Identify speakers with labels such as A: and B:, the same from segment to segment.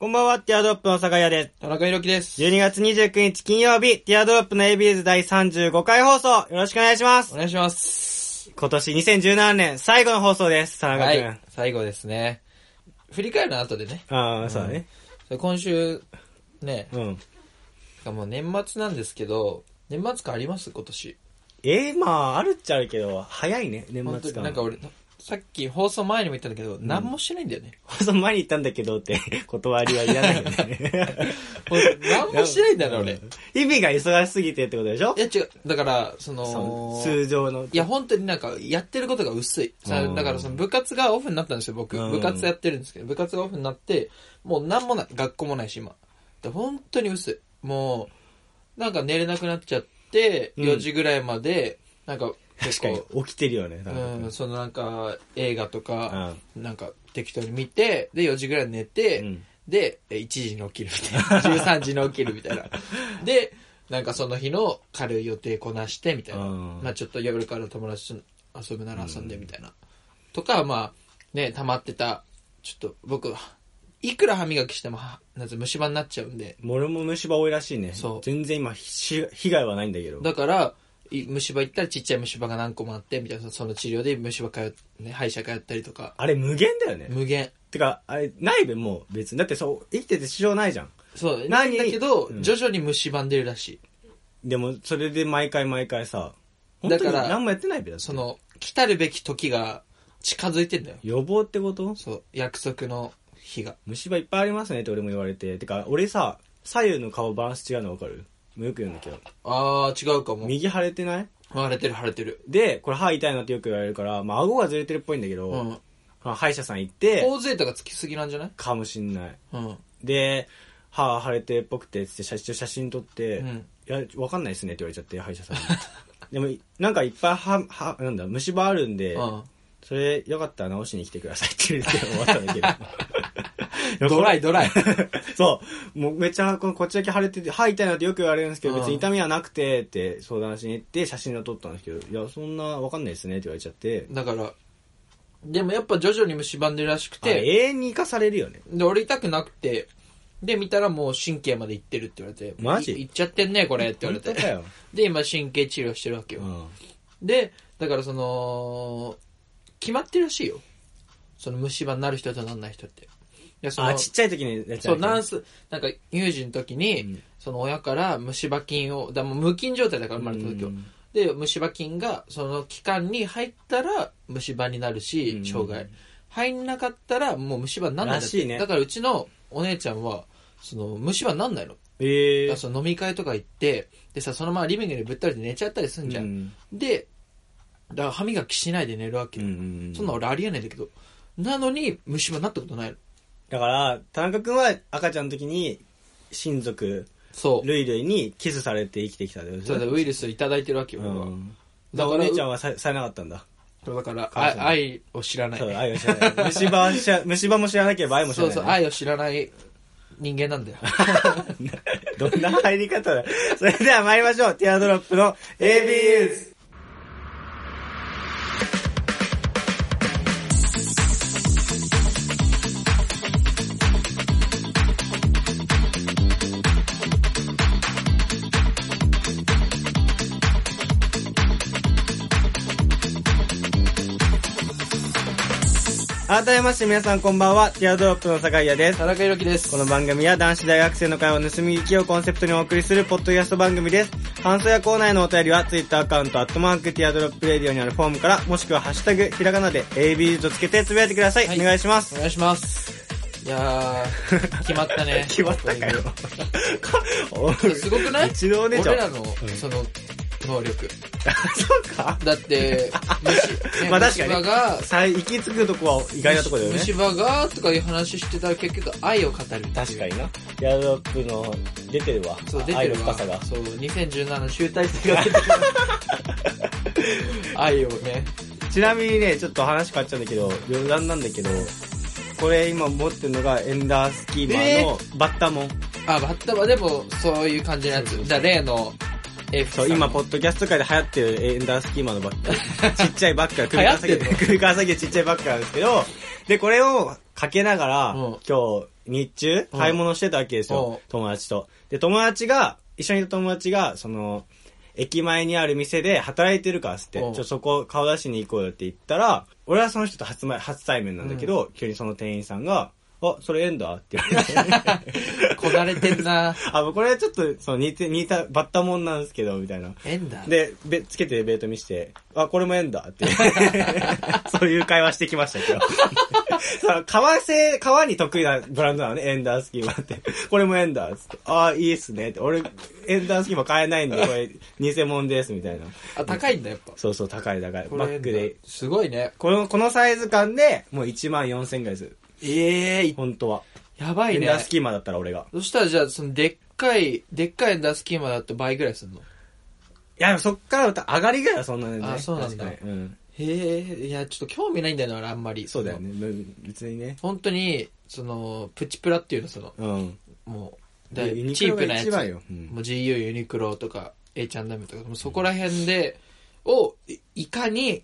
A: こんばんは、ティアドロップの坂谷で。
B: 田中裕樹ですす。
A: 12月29日金曜日、ティアドロップの ABS 第35回放送、よろしくお願いしま
B: お
A: す。
B: 願いします。
A: 今年2017年最後の放送です、田中
B: は
A: 君。
B: い。最後ですね。振り返るの後でね。
A: ああ、そうだね。
B: それ今週、ね、
A: うん。
B: もう年末なんですけど、年末感あります今年。
A: えー、まあ、あるっちゃあるけど、早いね、年
B: 本当
A: 末
B: に
A: 感。
B: なんか俺、さっき放送前にも言ったんだけど、何もしてないんだよね。
A: 放送前に言ったんだけどって、 断りはいらないよ ね。
B: 俺何もしてないんだよね、俺。い
A: 日々が忙しすぎてってことでしょ
B: や違う。だから、そ
A: そ
B: の
A: う、通常の。
B: いや、本当になんか、やってることが薄い。さ
A: うん
B: だから、その部活がオフになったんですよ、僕。
A: うん
B: 部活やってるんですけど、部活がオフになって、もうなんもない。学校もないし、今。で本当に薄い。もう、なんか寝れなくなっちゃって、
A: うん
B: 4時ぐらいまで、なんか、
A: 確かに、起きてるよね、田中
B: うん、そのなんか、映画とか、
A: 君
B: なんか、適当に見て、で、4時ぐらいに寝て、
A: うん。
B: で、え1時に起きるみたいな。13時に 起きるみたいな。で、なんかその日の軽い予定こなしてみたいな。
A: うん
B: まあちょっと夜から友達と遊ぶなら遊んでみたいな。とか、まあね、溜まってた、ちょっと僕、いくら歯磨きしても、はなんつう虫歯になっちゃうんで。
A: 俺も虫歯多いらしいね。
B: そう
A: 全然今、ひ被害はないんだけど。
B: だから、い虫歯行ったらちっちゃい虫歯が何個もあって、みたいな、その治療で虫歯通っ、ね、歯医者通ったりとか、
A: あれ無限だよね。
B: 無限。
A: てか、あれ、ないべ、もう別に。だってそう、生きてて支障ないじゃん。
B: そう、な
A: 何
B: んだけど、
A: うん
B: 徐々に虫歯出るらしい。
A: でも、それで毎回毎回さ、本当
B: だ
A: に
B: から
A: 何もやってないべだって
B: その、来たるべき時が近づいてんだよ。
A: 予防ってこと
B: そう、約束の日が。
A: 虫歯いっぱいありますねって俺も言われて。てか、俺さ、左右の顔バランス違うの分かるよく言うんだけど。
B: あー、違うかも。
A: 右腫れてない
B: 腫れてる腫れてる。
A: で、これ歯痛いなってよく言われるから、まあ顎がずれてるっぽいんだけど、
B: うん。
A: まあ歯医者さん行って、
B: 大勢とかつきすぎなんじゃない
A: かもしんない。
B: うん。で、
A: で、歯腫れてっぽくてっつって写真写真撮って、
B: うん
A: いや、わかんないですねって言われちゃって、歯医者さんに。 でも、なんかいっぱい歯、歯、なんだ、虫歯あるんで、
B: うん。
A: それ、よかったら直しに来てくださいって言 って終わったんだけどいや。
B: ドラ
A: イ
B: イドライ。
A: そう。もうめっちゃ、このこっちだけ腫れてて、歯痛いなってよく言われるんですけど、
B: うん
A: 別に痛みはなくてって相談しに行って写真を撮ったんですけど、いや、そんなわかんないですねって言われちゃって、
B: だから、でもやっぱ徐々に虫歯んでるらしく
A: あれ
B: て、
A: 永遠に生かされるよね。
B: で、俺痛くなくて、で、見たらもう神経まで行ってるって言われて、
A: マジ
B: い行っちゃってんね、これって言われ
A: 本当だ
B: て。
A: よ。
B: で、今神経治療してるわけよ
A: う。ん。
B: で、だからその、決まってるらしいよ。その虫歯になる人となんない人って。いや、その、
A: あ、ちっちゃい時にやっちゃ
B: そう、ナー
A: ス。
B: ス、なんか、乳児の時に、
A: うん
B: その親から虫歯菌を、だもう無菌状態だから生まれた時は
A: うん
B: で、虫歯菌が、その期間に入ったら虫歯になるし
A: う、ん
B: 障害。入んなかったら、もう虫歯になんないんだって
A: らしいね
B: だからうちのお姉ちゃんは、その虫歯になんないの。
A: ええ
B: だからその飲み会とか行って、でさ、そのままリビングにぶったりで寝ちゃったりすんじゃん。
A: うん
B: で、だから歯磨きしないで寝るわけよ。
A: うん
B: そんな俺ありえないんだけど。なのに、虫歯になったことないの。
A: だから田中君は赤ちゃんの時に親族
B: そう。
A: ルイルイにキスされて生きてきたでし
B: そ
A: ょ
B: うだ、ウイルスをいただいてるわけよ、
A: う
B: 俺は
A: んだ
B: だ
A: から
B: か
A: お
B: ら
A: 姉ちゃんはさされなかったんだ
B: そうだから、
A: 母さん
B: あ愛を知らない。
A: そう愛を知らない虫歯は知ら虫歯も知らなければ愛も知ら
B: そう
A: ない
B: そう、愛を知らない人 間なんだよ。
A: どんな入り方だそれでは参りましょうティアドロップの ABUs 改めまして皆さんこんばんは、ティアドロップの坂井谷です
B: 田。中裕樹です。
A: この番組は男子大学生の会話を盗み聞きをコンセプトにお送りするポッドキャスト番組です。感想やコーナーへのお便りは Twitter アカウント、アットマーク、ティアドロップレディオにあるフォームから、もしくはハッシュタグ、ひらがなで AB とつけてつぶやいてください。
B: はい
A: お願いしま
B: お
A: す。
B: 願いします。いやー、決まったね
A: 。決まったかよ。
B: すごくないう
A: ちのお姉ちゃん。
B: 俺らの、その、能力。
A: そうか。
B: だって、虫、ね
A: まあ確かに
B: 虫歯が、
A: さ行き着くとこは意外なとこだよね。
B: 虫歯が、とかいう話してたら結局愛を語る。
A: 確かにな。ティアドロップの出てるわ。
B: そう、出て
A: 愛の
B: るわ。
A: 深さが。
B: そう、2017集大成が出 てる。愛をね。
A: ちなみにね、ちょっと話変わっちゃうんだけど、余談なんだけど、これ今持ってるのがエンダースキーマーのバッタモン。
B: あ、バッタはでも、そういう感じのやつ。だ、例の、え、
A: そう、今、ポッドキャスト界で流行ってるエンダースキーマーのバッ グ。ちっちゃいバッグ
B: 流
A: 首か
B: 行
A: ら
B: っ
A: 下げ
B: てん
A: て、
B: の
A: 首から下げてちっちゃいバッグなんですけど、で、これをかけながら、
B: うん
A: 今日、日中、買い物してたわけです
B: うん
A: よ。友達と。で、友達が、一緒にいた友達が、その、駅前にある店で働いてるからっつって、ち
B: うん
A: ょ、そこ顔出しに行こうよって言ったら、俺はその人と初ま初対面なんだけど、急にその店員さんが、あ、それ縁だって言われて。
B: こなれて んな。
A: あ、もうこれはちょっと、その、似て、似た、バッタもんなんですけど、みたいな。
B: 縁だ。
A: で、べつけてベート見して、あ、これも縁だって。 そういう会話してきましたけど。 その革製、革に得意なブランドなのね、エンダースキーマって。これもエンダーっつって。ああ、いいっすねって。俺、エンダースキーマ買え ないんで、これ、偽物です、みたいな。
B: あ、高いんだ、やっぱ。
A: そうそう、高い高い。
B: こ
A: バ
B: れ
A: ッグで。
B: すごいね。
A: この、このサイズ感で、もう1万4000ぐらいする。
B: ええ
A: 本当は。
B: やば
A: エ
B: い
A: ン
B: ね。
A: ダースキーマだったら俺が。
B: そしたらじゃあ、その、でっかい、でっかいエンダースキーマだと倍ぐらいするの
A: いや、でもそっから歌上がりぐらいはそんなね。
B: あそうなんだ
A: 確かにうん。
B: へえ、いや、ちょっと興味ないんだよな、俺あんまり。
A: そうだよね。うん別にね。
B: その。本当に、その、プチプラっていうの、その、
A: うん。
B: もう、だ
A: でユニク
B: チ
A: ロ
B: ー
A: が
B: プなや
A: 一番
B: つ。
A: ようん
B: もう GU、ユニクロとか、H&M とか、もうそこら辺で、を、いいかに、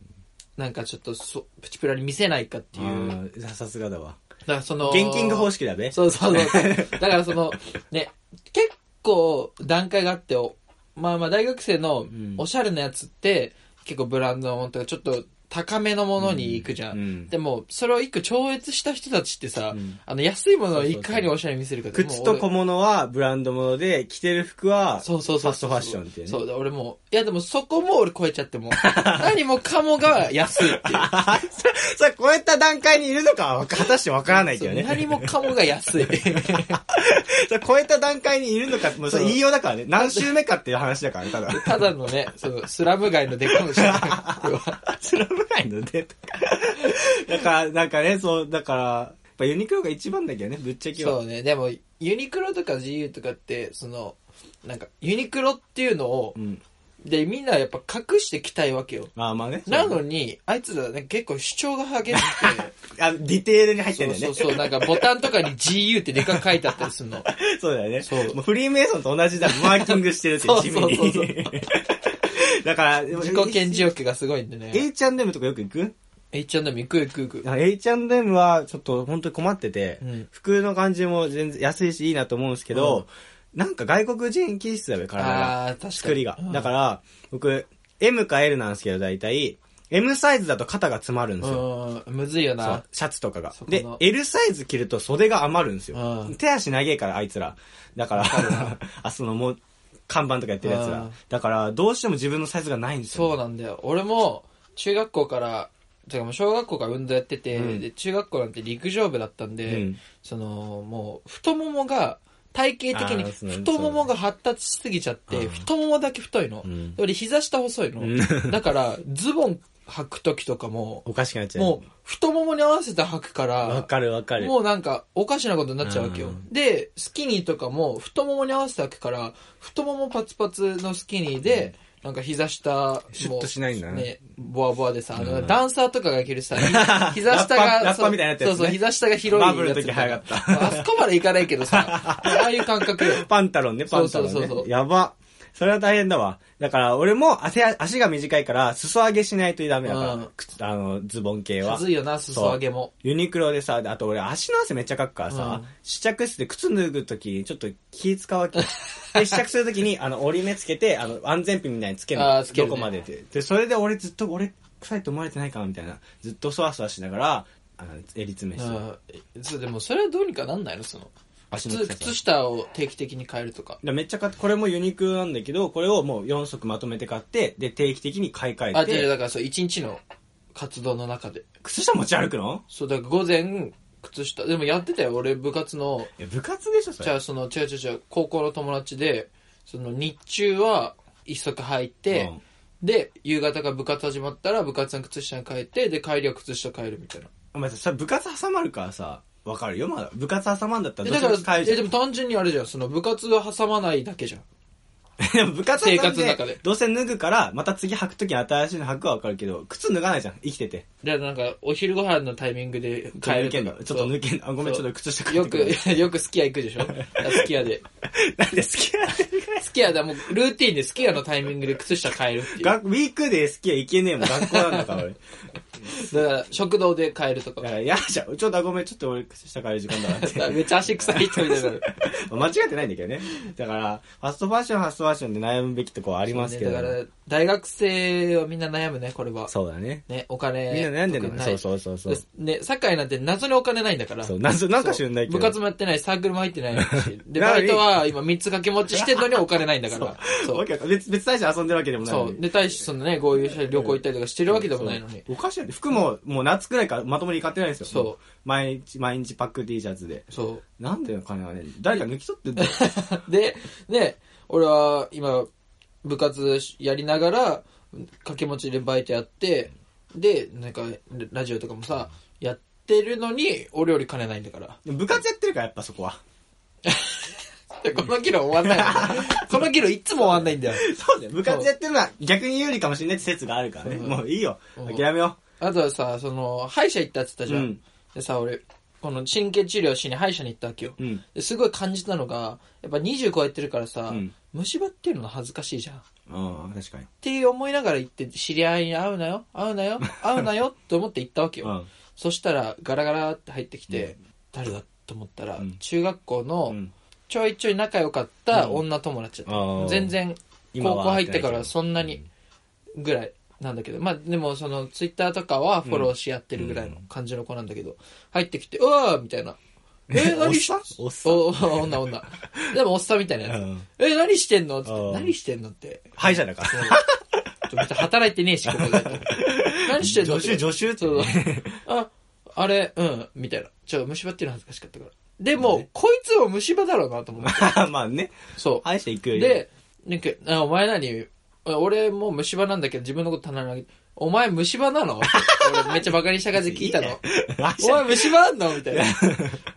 B: なんかちょっとそ、プチプラに見せないかっていう。だ
A: あ
B: か
A: ーさすがだわ。
B: らその、
A: 現金が方式だね。
B: そうそ うそう。だからその、ね、結構段階があって、おまあまあ大学生の
A: ん
B: おしゃれなやつって、結構ブランドのものとかちょっと高めのものに行くじゃん。
A: うんうん
B: でも、それを一個超越した人たちってさ、
A: うん
B: あの安いものをいかにおしゃれに見せるかって
A: 靴と小
B: もう
A: 物はブランド物で、着てる服は、
B: 俺そうそうそう。
A: ファストファッションっていうね
B: そうだ、俺もう、いやでもそこも俺超えちゃって もう、何もかもが安いっていう。
A: さあ、こういった段階にいるのかは、果たしてわからないけどね。
B: そう何もかもが安い。
A: さあ、こういった段階にいるのか、もうそれ言いようだからね。何周目かっていう話だからね、ただ。
B: ただのね、そのスラム街のデ カ もしれない。これは
A: スラム街のデートだから、なんかね、そう、だから、やっぱユニクロが一番だけどね、ぶっちゃけ
B: そ
A: は。
B: うねでもユニクロとか GU とかってそのなんかユニクロっていうのを、
A: うん。
B: でみんなやっぱ隠してきたいわけよ
A: まあまあね。
B: なのにあいつら、ね、結構主張が激し
A: あ、ディテールに入っ
B: く て
A: てんだよね。
B: そうそうそうなんかボタンとかに GU ってでかく書いてあったりす るの
A: そうだよね。
B: そう
A: もうフリーメイソンと同じだ。マーキングしてるっていう地味
B: そうそうそう
A: に。 だから、
B: 自己顕示欲がすごいんでね
A: H&M とかよく行く
B: H&M 行く行く行く
A: あ ?H&M はちょっと本当に困ってて、
B: うん
A: 服の感じも全然安いしいいなと思うんですけど、なんか外国人気質だよ、体が。
B: ああー確かに
A: 作りが。だからら、僕、M か L なんですけど、大体、M サイズだと肩が詰まるんですよ。
B: うんむずいよ
A: そ
B: な
A: うシャツとかが
B: そ。こ
A: で
B: の、
A: L サイズ着ると袖が余るんですよ
B: うん。
A: 手足長えから、あいつら。だから、 あ、そのもう、看板とかやってるやつ
B: う
A: ら
B: ん。
A: だから、どうしても自分のサイズがないんですよ。
B: そうなんだよ。俺も、中学校から、てかもう小学校から運動やってて、
A: うん
B: で、中学校なんて陸上部だったんで、
A: うん
B: その、もう、太ももが、体型的
A: あ
B: に
A: ーそうね
B: 太ももが発達しすぎちゃって、
A: うん
B: 太ももだけ太いの。
A: うん
B: で俺膝下細いの。
A: うん
B: だから、ズボン履く時とかも、
A: おかしくなっちゃう。
B: もう、太ももに合わせて履くか
A: わ
B: ら、
A: かるわかる。
B: もうなんか、おかしなことになっちゃうわけよ。
A: うん
B: で、スキニーとかも、太ももに合わせて開くから、太ももパツパツのスキニーで、なんか膝下も、
A: シュッとしないんだね
B: ね、ボワボワでさ、あの、
A: うん
B: ダンサーとかがいけ るさ、膝下
A: ラッパ
B: が、
A: ラッパみたいなやつね
B: そうそう、膝下が広いや
A: バ
B: つ。
A: ブルの時流行った
B: あそこまでいかないけどさ、ああいう 感覚よ。
A: パンタロンね、パンタロンね。
B: そうそうそうそう
A: やば。それは大変だわ。だから、俺も足、足が短いから、裾上げしないとダメだから、
B: うん
A: 靴あの、ズボン系は
B: は。ずいよな、裾上げも。
A: ユニクロでさ、であと俺足の汗めっちゃかくからさ、
B: うん
A: 試着室で靴脱ぐときにちょっと気使うわけ。で、試着するとき に、あの、折り目つけて、あの、安全ピンみたいにつける
B: あ
A: の。
B: ーつけるね
A: どこまでって。で、それで俺ずっと、俺、臭いと思われてないかなみたいな。ずっとそわそわしながら、あの、襟詰めしてた。
B: うん。そうでも、それはどうにかなんないのその、
A: 足の
B: 靴
A: 臭さ
B: 靴下を定期的に変えるとか。
A: でめっちゃ買って、これもユニクロなんだけど、これをもう4足まとめて買って、で、定期的に買い替
B: あ、
A: え
B: 違う、
A: て、
B: だからそう、一日の活動の中で。
A: 靴下持ち歩くの
B: そう、だから午前、靴下、でもやってたよ、俺部活の、
A: いや、部活でしょ、そ
B: じゃ
A: れ。
B: あその、違う違う違う、高校の友達で、その日中は一足履いて、で、夕方が部活始まったら部活の靴下に変えて、で、帰りは靴下変えるみたいな。
A: お前さ、それ部活挟まるからさ、わかるよ、まだ。部活挟まんだった
B: で
A: ら、
B: だから
A: どっちか変え
B: え、
A: るじゃん
B: でも単純にあれじゃん、その部活を挟まないだけじゃん。
A: でも部活は
B: 生活の中で
A: どうせ脱ぐから、また次履くときに新しいの履くはわかるけど、靴脱がないじゃん、生きてて。
B: で、なんか、お昼ご飯のタイミングで
A: ちょっと
B: 変え
A: 抜けん
B: る
A: だ。
B: と
A: ち
B: か。
A: ょっと抜けんだ。あごめん、ち
B: そ
A: ょ
B: う
A: っと靴下
B: よ
A: 買って
B: く
A: くる。、
B: よく スキヤ行くでしょスキヤで。
A: なんで好きや ね
B: スキヤだ、もうルーティンでスキヤのタイミングで靴下変えるってい
A: ん
B: う。
A: 学ウィークで好きやいけねえもん、学校なんだから俺。
B: だから、食堂で買えると
A: だ
B: か
A: か。ら、いやじゃんちょっとごめん、ちょっと俺、下から時間だなって。
B: めっちゃ足臭い人みたいになる。
A: 間違ってないんだけどね。だから、ファストファッション、ファストファッションで悩むべきとこはありますけど。
B: だから、大学生はみんな悩むね、これは。
A: そうだね。
B: ね、お金。
A: みんな悩んでるのよ
B: 特にな
A: そう
B: い
A: そうそうそう。
B: ね、サッカーなんて謎にお金ないんだから。
A: そう、なんなんか知らないけど。
B: 部活もやってない、サークルも入ってない し。で、
A: なの
B: バ
A: に
B: イトは今3つ掛け持ちしてんのにお金ないんだから。
A: そ。
B: そうう。
A: 別、別大して遊んでるわけでもないの
B: そ
A: に。
B: う。で、大してそのね、合流して旅行行ったりとかしてるわけでもないのに。
A: そうおかしいよね。服も、もう夏くらいからまともに買ってないですよ。
B: そう
A: も毎日、毎日パック T シャツで。
B: そ
A: なんでの金はね、誰か抜き取ってん だよ
B: う。で、ね、俺は今、部活やりながら、掛け持ちでバイトやって、で、なんか、ラジオとかもさ、やってるのに、俺より金ないんだから。
A: でも部活やってるから、やっぱそこは。
B: で この議論終わんないよね。 この議論いつも終わんないんだよ。
A: そうだよ。部活やってるのは逆に有利かもしれないって説があるからね。
B: うん
A: もういいよ。
B: うん
A: 諦めよ
B: あとはさ、その、歯医者行ったって言ったじゃん。
A: うん
B: でさ、俺、この神経治療しに歯医者に行ったわけよ。
A: う。うん。
B: ですごい感じたのが、やっぱ20超えてるからさ、
A: うん
B: 虫歯っていうのが恥ずかしいじゃん。っ
A: うん、確かに。
B: ていう思いながら行って、知り合いに会うなよ、会うなよ、会うな よ、と思って行ったわけよ。
A: うん。
B: そしたら、ガラガラって入ってきて、誰だと思ったら、
A: うん
B: 中学校
A: う
B: の
A: ん
B: ちょいちょい仲良かった女友達だった。
A: うんあー
B: 全然、
A: 今
B: 高
A: は
B: 校入って
A: 会
B: か
A: ってない
B: ら
A: けど
B: そんなにぐらいなんだけど、まあでもそのツイッターとかはフォローし合ってるぐらいの感じの子なんだけど、入ってきて、うわーみたいな。えー、何し
A: おっさんおっさん
B: おお女女。でもおっさんみたいなやつ。
A: うん
B: えー、何してんのつっ
A: うん
B: て、何してんのって。
A: 歯医者だから。
B: ちょ別に働いてねえし、ここで。 何してんの
A: 助手助手って
B: そうあ、あれ、うん、みたいな。ちょ、虫歯っていうの恥ずかしかったから。でも、こいつは虫歯だろうなと思って。
A: まあね。
B: そう。
A: 歯医者行くより。、
B: で、なんか、あお前何俺もう虫歯なんだけど自分のこと棚に上げて、お前虫歯なの俺めっちゃバカにした感じで聞いたの。
A: 歯医
B: お
A: 者
B: 前虫歯あんのみたいな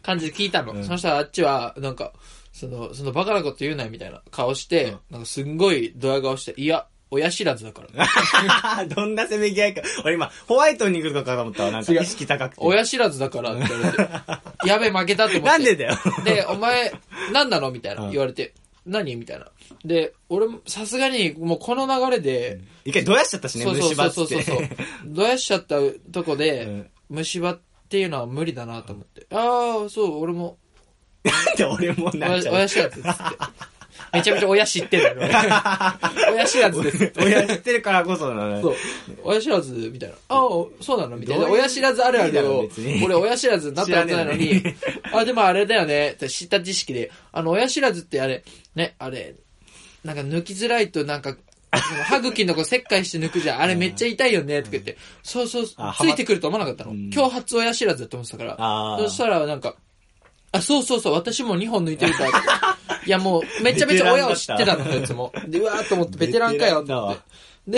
B: 感じで聞いたの。そしたらあっちは、なんか、その、そのバカなこと言うなよみたいな顔して、なんかすんごいドヤ顔して、いや、親知らずだから。
A: どんなせめぎ合いか。俺今、ホワイトに来るかと思ったわ。なんか
B: 違う
A: 意識高くて。
B: 親知らずだからって言われて、やべ、負けたって思って。
A: なんでだよ。
B: で、お前、何なのみたいな
A: うん
B: 言われて、何みたいな。で、俺もさすがにもうこの流れで、
A: 一回どやしちゃったしね、
B: そうそう
A: 虫歯っつ
B: そう
A: っ
B: そう
A: て。
B: そう。どやしちゃったとこで、
A: うん
B: 虫歯っていうのは無理だなと思って。ああ、そう、俺も、
A: なん で俺もう
B: お
A: な
B: や
A: っち
B: お
A: ゃう
B: や。しやつっつって。めちゃめちゃ親知って るのよ。おやしやつですって。
A: 親知ってるからこそなのね
B: そう。親知らずみたいな。ああ、そうなのみたいな。
A: どういう
B: 親知らずあるあるだ
A: いい
B: よ
A: だろ別に。
B: 俺親知らずになったことないのに
A: 知らね。
B: あ、でもあれだよね。って知った知識で。あの、親知らずってあれ、ね、あれ、なんか抜きづらいとなんか、 その歯茎のこう切開して抜くじゃん。あれめっちゃ痛いよね。とか言って。そうそう、つ
A: あ
B: いてくると思わなかったの。
A: うん
B: 今日初親知らずだと思ってたから。
A: あー
B: そしたらなんか、あ、そうそうそう、私も2本抜いてるからって。いやもう、めちゃめちゃ親を知ってたの、そいつも。で、うわーっと思って、ベテランかよって思って。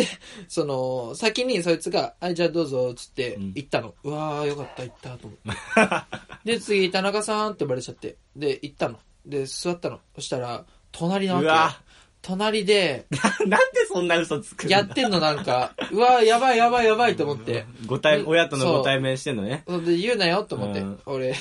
B: で、その、先にそいつが、はい、じゃあどうぞ、つって
A: ん、
B: 行ったの。うわー、よかった、行った、と思って。で、次、田中さんって呼ばれちゃって。で、行ったの。で、座ったの。そしたら、隣なわけよ
A: うわ
B: 隣で、
A: なんでそんな嘘つくん
B: や
A: だ
B: ってんの、なんか、うわー、やばい、やばい、やばい、と思って。
A: ご対親との
B: そう
A: ご対面してんのね。
B: それで、言うなよ、と思って
A: うん。
B: 俺、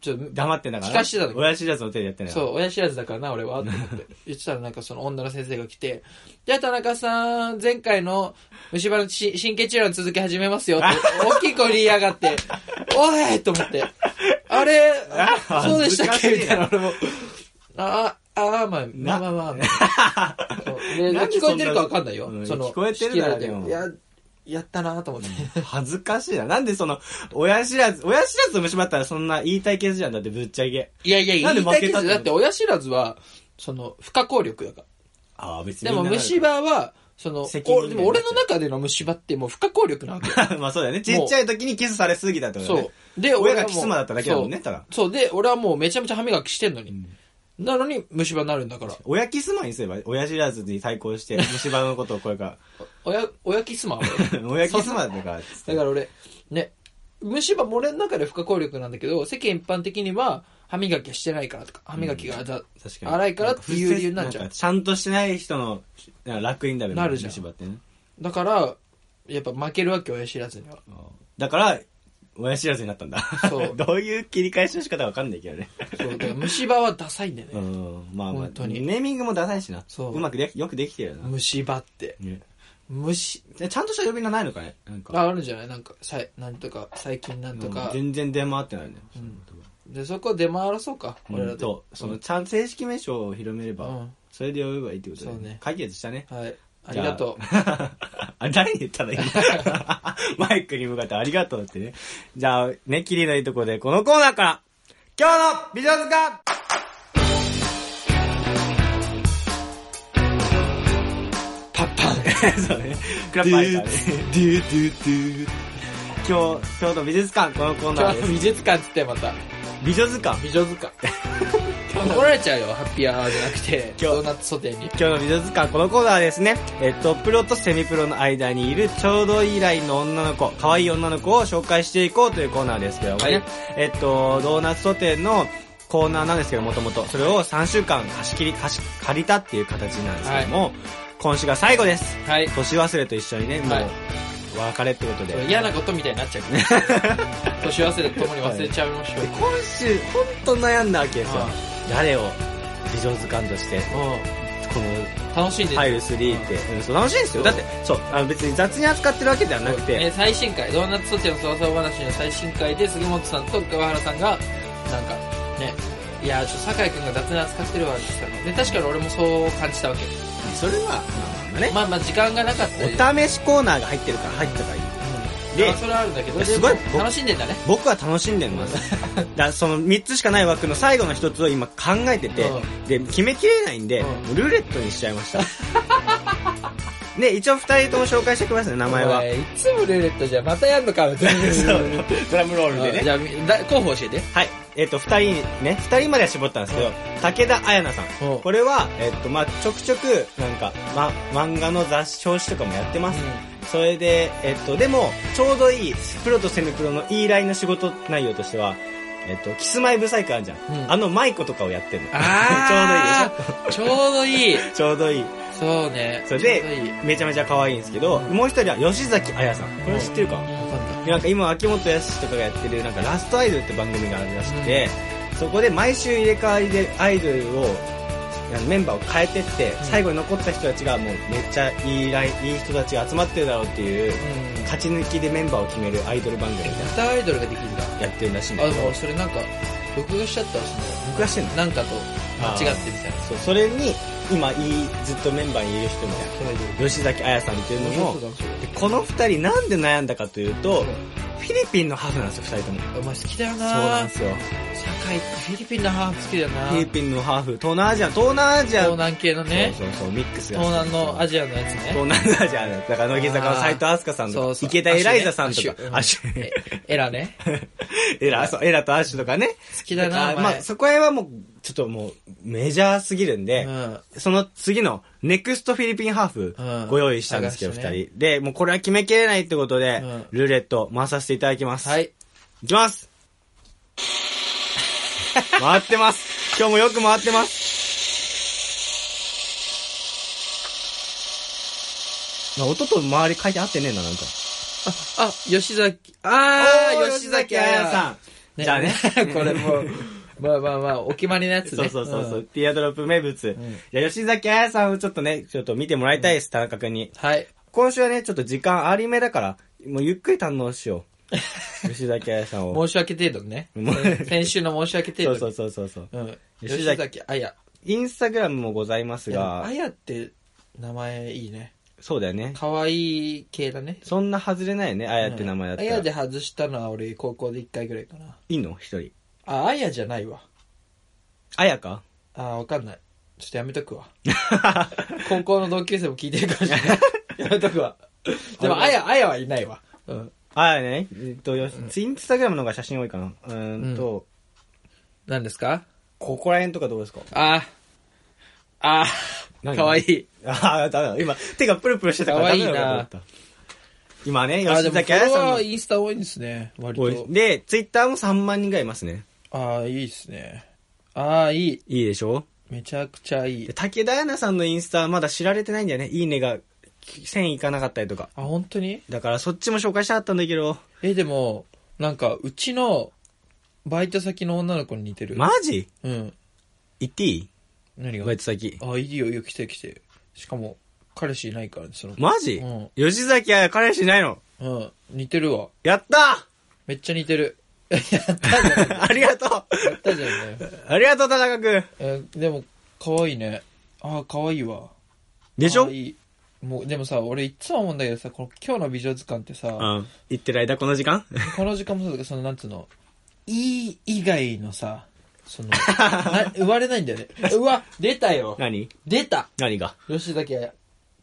B: ちょっと、
A: 黙ってんだから。
B: 聞かしてたの
A: 親知らずの手でやってない。
B: そう、親知らずだからな、俺は、と思って。言ってたらなんかその女の先生が来て、じゃあ田中さん、前回の虫歯のし神経治療の続き始めます よって、大きい声で言いやがって、おいと思って、あれ
A: あ
B: そうでしたっ
A: 恥ずかしいな
B: けみたいな、俺も。あ、あ、あまあ、まあまあ まあ。そうで
A: なんで
B: 聞こえてるかわかんないよ。
A: うん
B: その
A: 聞こえてるならでも
B: いや、やったなと思って。
A: 恥ずかしいな。なんでその、親知らず、親知らずと虫歯だったらそんな言いたいケースじゃん。だってぶっちゃけ。
B: いやいや、
A: なんで
B: 言い
A: 負
B: たい
A: け
B: け
A: た
B: ど、
A: って
B: だって親知らずは、その、不可抗力だから。
A: ああ、別に
B: で
A: みんなな
B: も
A: るから。
B: 虫歯は、その、
A: 責任
B: おでも俺の中での虫歯ってもう不可抗力なわけよ。
A: まあそうだよね。ちっちゃい時にキスされすぎたってことだよ
B: そ
A: ね。
B: う。で、
A: 親
B: 俺
A: が
B: は
A: キ
B: もう
A: スマだっただけだもんね、ただ。
B: そう。そう。で、俺はもうめちゃめちゃ歯磨きしてんのに。なのに虫歯になるんだから。
A: 親キスマンにすれば、親知らずに対抗して、虫歯のことをこれか
B: 親、親キスマン
A: ら。親キスマンだから、つって
B: だから俺、ね、虫歯も俺の中で不可抗力なんだけど、世間一般的には歯磨きはしてないからとか、歯磨きがだ、
A: 確かに。
B: 荒いからっていう理由になっちゃ
A: ん
B: う
A: か。ちゃんとしてない人の、なんか楽園だよね。
B: なるじゃん
A: 虫歯ってね。
B: だから、やっぱ負けるわけ、親知らずには。
A: だから、親知らずになったんだ。
B: そ う
A: どういう切り返しの仕方かわかんないけどね。
B: そう。だから虫歯はダサいんだよ
A: う
B: ね。
A: ん。まあまあ、
B: 本当に
A: ネーミングもダサいしな。
B: そう
A: まくで、よくできてるよな。
B: 虫歯って。
A: ね
B: 虫、
A: えちゃんとした呼び名ないのかねなんか。
B: あ、あるんじゃないなんか、さい、なんとか、最近なんと
A: うん
B: か。
A: 全然出回ってないね。
B: で、そこ出回らそうか。俺らで。
A: と、その、ちゃん正式名称を広めれば、
B: うん
A: それで呼べばいいってことだよ
B: そうね
A: 解決したね。
B: はい。ありがとう。
A: あ。 あ、誰に言ったらいいの マイクに向かってありがとうってね。じゃあ、ね、キリのいいとこで、このコーナーから、今日の美女図鑑
B: パッパン。
A: そうね。クラップ
B: ドゥド
A: ア
B: ゥ
A: イ
B: ド
A: カーね
B: ゥド ゥ
A: 今日、京都美術館、このコーナ
B: 今
A: ーで
B: 日の
A: す。
B: 美術館っつってまた、
A: 美女図鑑。
B: 美女図 鑑。怒られちゃうよ、ハッピーアワーじゃなくて、
A: 今日
B: ドーナツソテーに。
A: 今日の美女図鑑、このコーナーですね。えっと、プロとセミプロの間にいるちょうどいいラインの女の子、可愛い女の子を紹介していこうというコーナーですけどもね。
B: はい
A: えっと、ドーナツソテーのコーナーなんですけど、もともと。それを3週間貸し切り、貸し、借りたっていう形なんですけども、今週が最後です。
B: はい。
A: 年忘れと一緒にね、もう
B: はい、
A: お別れってことで。
B: 嫌なことみたいになっちゃうね。 年忘れとともに忘れちゃいましょう
A: で。今週、本当悩んだわけですよ
B: あ。
A: 誰を美女図鑑として、こ
B: うん。楽しんで
A: の、入る3って、うんそう楽しいんですよ。だって、そう、あの別に雑に扱ってるわけではなくて、
B: えー最新回、ドーナツソテーのそわそわ話の最新回で、杉本さんと川原さんが、なんか、ね、いやー、ちょっと酒井くんが雑に扱ってるわ、って言ってたの。で、確かに俺もそう感じたわけ。
A: それは、まあね、
B: まあまあ、時間がなかったり
A: お試しコーナーが入ってるから入ったからいい。
B: うん
A: で
B: まあそれはあるんだけど、
A: すごい
B: でも楽しんでんだね。
A: 僕は楽しんでるの ます。だからその3つしかない枠の最後の1つを今考えてて、
B: う
A: で、決めきれないんで、
B: う
A: ルーレットにしちゃいま した。で、一応2人とも紹介してきますね、名前
B: お
A: は。
B: いつもルーレットじゃんまたやんのか、別
A: そうドラムロールでね
B: じ。ゃあみだ、候補教えて。
A: はい。えっ、と、二人ね、二人までは絞ったんですけど、武田彩奈さ
B: うん
A: ん。これは、えっ、と、まあちょくちょく、なんか、ま、漫画の雑誌、表紙とかもやってます。 それで、えっ、と、でも、ちょうどいい、プロとセミプロのいいラインの仕事内容としては、えっ、と、キスマイブサイクあるじゃん。
B: うん
A: あの、舞子とかをやってるの。
B: あー、ちょうどいいでしょ。ちょうどいい。
A: ちょうどいい。
B: そうね。
A: それ
B: ちょうどいい。
A: で、めちゃめちゃ可愛いんですけど、もう一人は吉崎彩さん。これ知ってるか、
B: わかんない
A: なんか今、秋元康とかがやってる、なんかラストアイドルって番組があるらしくて、そこで毎週入れ替わりでアイドルを、あのメンバーを変えてって、最後に残った人たちがもうめっちゃいいラインいい人たちが集まってるだろうっていう、
B: うん。
A: 勝ち抜きでメンバーを決めるアイドル番組みたいな
B: スターアイドルができるんだ。
A: のやってるらしいん
B: あ、
A: だ
B: で
A: け
B: も
A: ど
B: 俺、それなんか、録画しちゃったわ、そ
A: 僕はしてんの
B: の、なんかと間違ってみたいな。
A: そう、それに、今いい、ずっとメンバーにいる人みたい
B: スターアイドル。
A: な、吉崎彩さんっていうのも、
B: 面白そうだな
A: でこの二人なんで悩んだかというと
B: それ、
A: フィリピンのハーフなんですよ、二人とも。
B: お前好きだよな
A: そうなんですよ。
B: 社会ってフィリピンのハーフ好きだよな
A: フィリピンのハーフ、東南アジア、東南アジア。
B: 東南系のね。
A: そうそうそう、ミックスが。
B: 東南のア
A: ジ
B: ジアのやつね。
A: 東南アジアだから、乃木坂の斎藤飛鳥さんと
B: そう
A: か、
B: そう
A: 池田エライザさんと
B: アッシュね
A: か、
B: ア
A: アッ
B: ッシ
A: シ
B: ュ
A: ュ、
B: えエラね。
A: エラ、そう、エラとアッシュとかね。
B: 好きだな
A: だから
B: お前
A: まあ、そこら辺はもう、ちょっともう、メジャーすぎるん
B: う
A: で、
B: ん。
A: その次の、ネクストフィリピンハー
B: うん
A: フ、ご用意したんですけど、
B: 探してね
A: 二人。で、もうこれは決めきれないってことで
B: うん、
A: ルーレット回させていただきます。
B: はい。
A: いきます回ってます今日もよく回ってますな音と周り書いて合ってねえな、なんか。
B: あ、吉崎、あ
A: お
B: ー、吉崎彩さん。
A: ん。じゃあね。
B: これもう、まあまあまあ、お決まりのやつ
A: そ
B: ね。
A: うそうそうそう。ティアドロップ名物。
B: ん
A: じゃあ、吉崎彩さんをちょっとね、ちょっと見てもらいたいです、田中君に。
B: はい。
A: 今週はね、ちょっと時間ありめだから、もうゆっくり堪能しよ う。吉崎彩さんを。
B: 申し訳程度ね
A: もう。
B: 先週の申し訳
A: そ
B: 程
A: うそ
B: 度。
A: うそうそうそう。
B: うん。吉
A: 吉
B: 崎彩。
A: インスタグラムもございます
B: でも
A: が、
B: 彩って名前いいね。
A: そうだよね。
B: 可愛い系だね。
A: そんな外れないよね、あやって名前だったら。
B: うんあやで外したのは俺高校で1回ぐらいかな。
A: いいの一人。
B: あ、あやじゃないわ。
A: あやか
B: あー、わかんない。ちょっとやめとくわ。高校の同級生も聞いてるかも しれない。 やめとくわ。でも、あや、あやはいないわ。うん。
A: あやね、えっと、よしインスタグラムの方が写真多いかな。うーんと、
B: 何ですか
A: ここら辺とかどうですか
B: あー。あー。
A: 何
B: かわいい。
A: ああ、だめだ。今、手がプルプルしてたからダメなのかと思った。今ね、
B: あー、
A: 吉
B: でも、
A: 崎
B: こ
A: あや
B: れ
A: さん
B: は
A: の
B: インスタ多いんですね。割
A: お
B: と
A: い。で、ツイッターも3万人ぐらいいますね。
B: あー、いいですね。あー、いい。
A: いいでしょ
B: めちゃくちゃいい
A: で。武田彩奈さんのインスタはまだ知られてないんだよね。いいねが1000いかなかったりとか。
B: あ、本当に
A: だからそっちも紹介したかったんだけど。
B: え、でも、なんか、うちの、バイト先の女の子に似てる。
A: マジ
B: うん。
A: 言っていい
B: 何が
A: バイト先。
B: あ、いいよ、いいよ、来て来て。しかも、彼氏いないからね、その子。
A: マジ、
B: うん
A: 吉崎あや彼氏いないの
B: うん。似てるわ。
A: やった
B: めっちゃ似てる。 やったじゃん。
A: ありがと
B: やったじゃんね。
A: うありがとう、田中くん
B: えーでも、可愛いね。ああ、可愛いわ。
A: でしょ
B: 可愛いもう、でもさ、俺いつも思うんだけどさ、この今日の美女図鑑って
A: うん。
B: さ、
A: 行ってる間、この時 間
B: この時間もそうだけど、その、なんつうの、いい以外のさ、そ の、な生まれないんだよね。うわ、出たよ。
A: 何
B: 出た
A: 何が
B: 吉崎あや。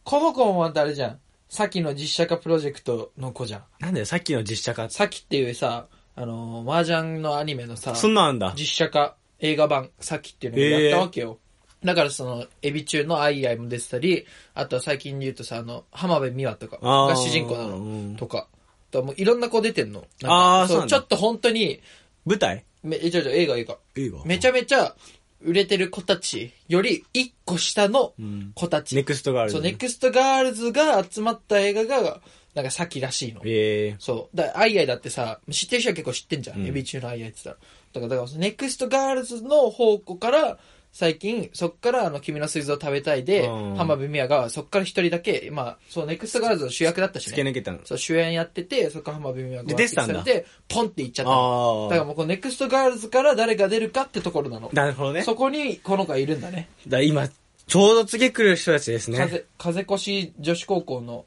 B: この子もまたあれじゃん。さきの実写化プロジェクトの子じゃん。
A: なんだよ、さっきの実写化。
B: さきっていうさ、あのー、麻雀のアニメのさ、
A: そんなんあんだ。
B: 実写化映画版「さっき」っていうのをやったわけよ、だからそのエビ中の「アイアイ」も出てたりあとは最近で言うとさあの浜辺美和とか
A: あー
B: が主人公な
A: うん
B: のとかともういろんな子出てんのなんか
A: あーそうなん
B: ち
A: だ
B: ょっと本当に
A: 舞台
B: めえちょちょ映画映画
A: 映画
B: めちゃめちゃ売れてる子たちより一個下の
A: うん
B: 子たち、
A: ネクストがある。
B: そうネクストガールズが集まった映画がなんか「さっき」らしいの
A: ええ
B: そう。だアイアイだってさ、知ってる人は結構知ってんじゃん。
A: うん
B: エビ中のアイアイって言ったら。だから、だからそのネクストガールズの方向から、最近、そっから、あの、君の水蔵食べたいで、
A: うん
B: 浜辺美和が、そっから一人だけ、まあ、そう、ネクストガールズの主役だったし
A: 突き
B: ね。
A: 抜けたの。
B: そう、主演やってて、そっから浜辺美和が
A: で出てたんだ
B: 抜擢されて、ポンって行っちゃったの。だから
A: あ
B: もう、このネクストガールズから誰が出るかってところなの
A: あ。。なるほどね。だか
B: そこに、この子がいるんだね。
A: ら今、ちょうど次来る人たちですね。
B: 風、風越し女子高校の、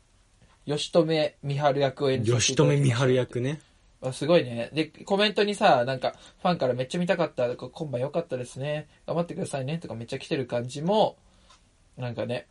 B: 吉留美春役を演じていただきまし
A: 吉
B: た
A: 留美春役ね。
B: あすごいね。で、コメントにさ、なんか、ファンからめっちゃ見たかった、こ今晩良かったですね。頑張ってくださいね。とかめっちゃ来てる感じも、なんかね。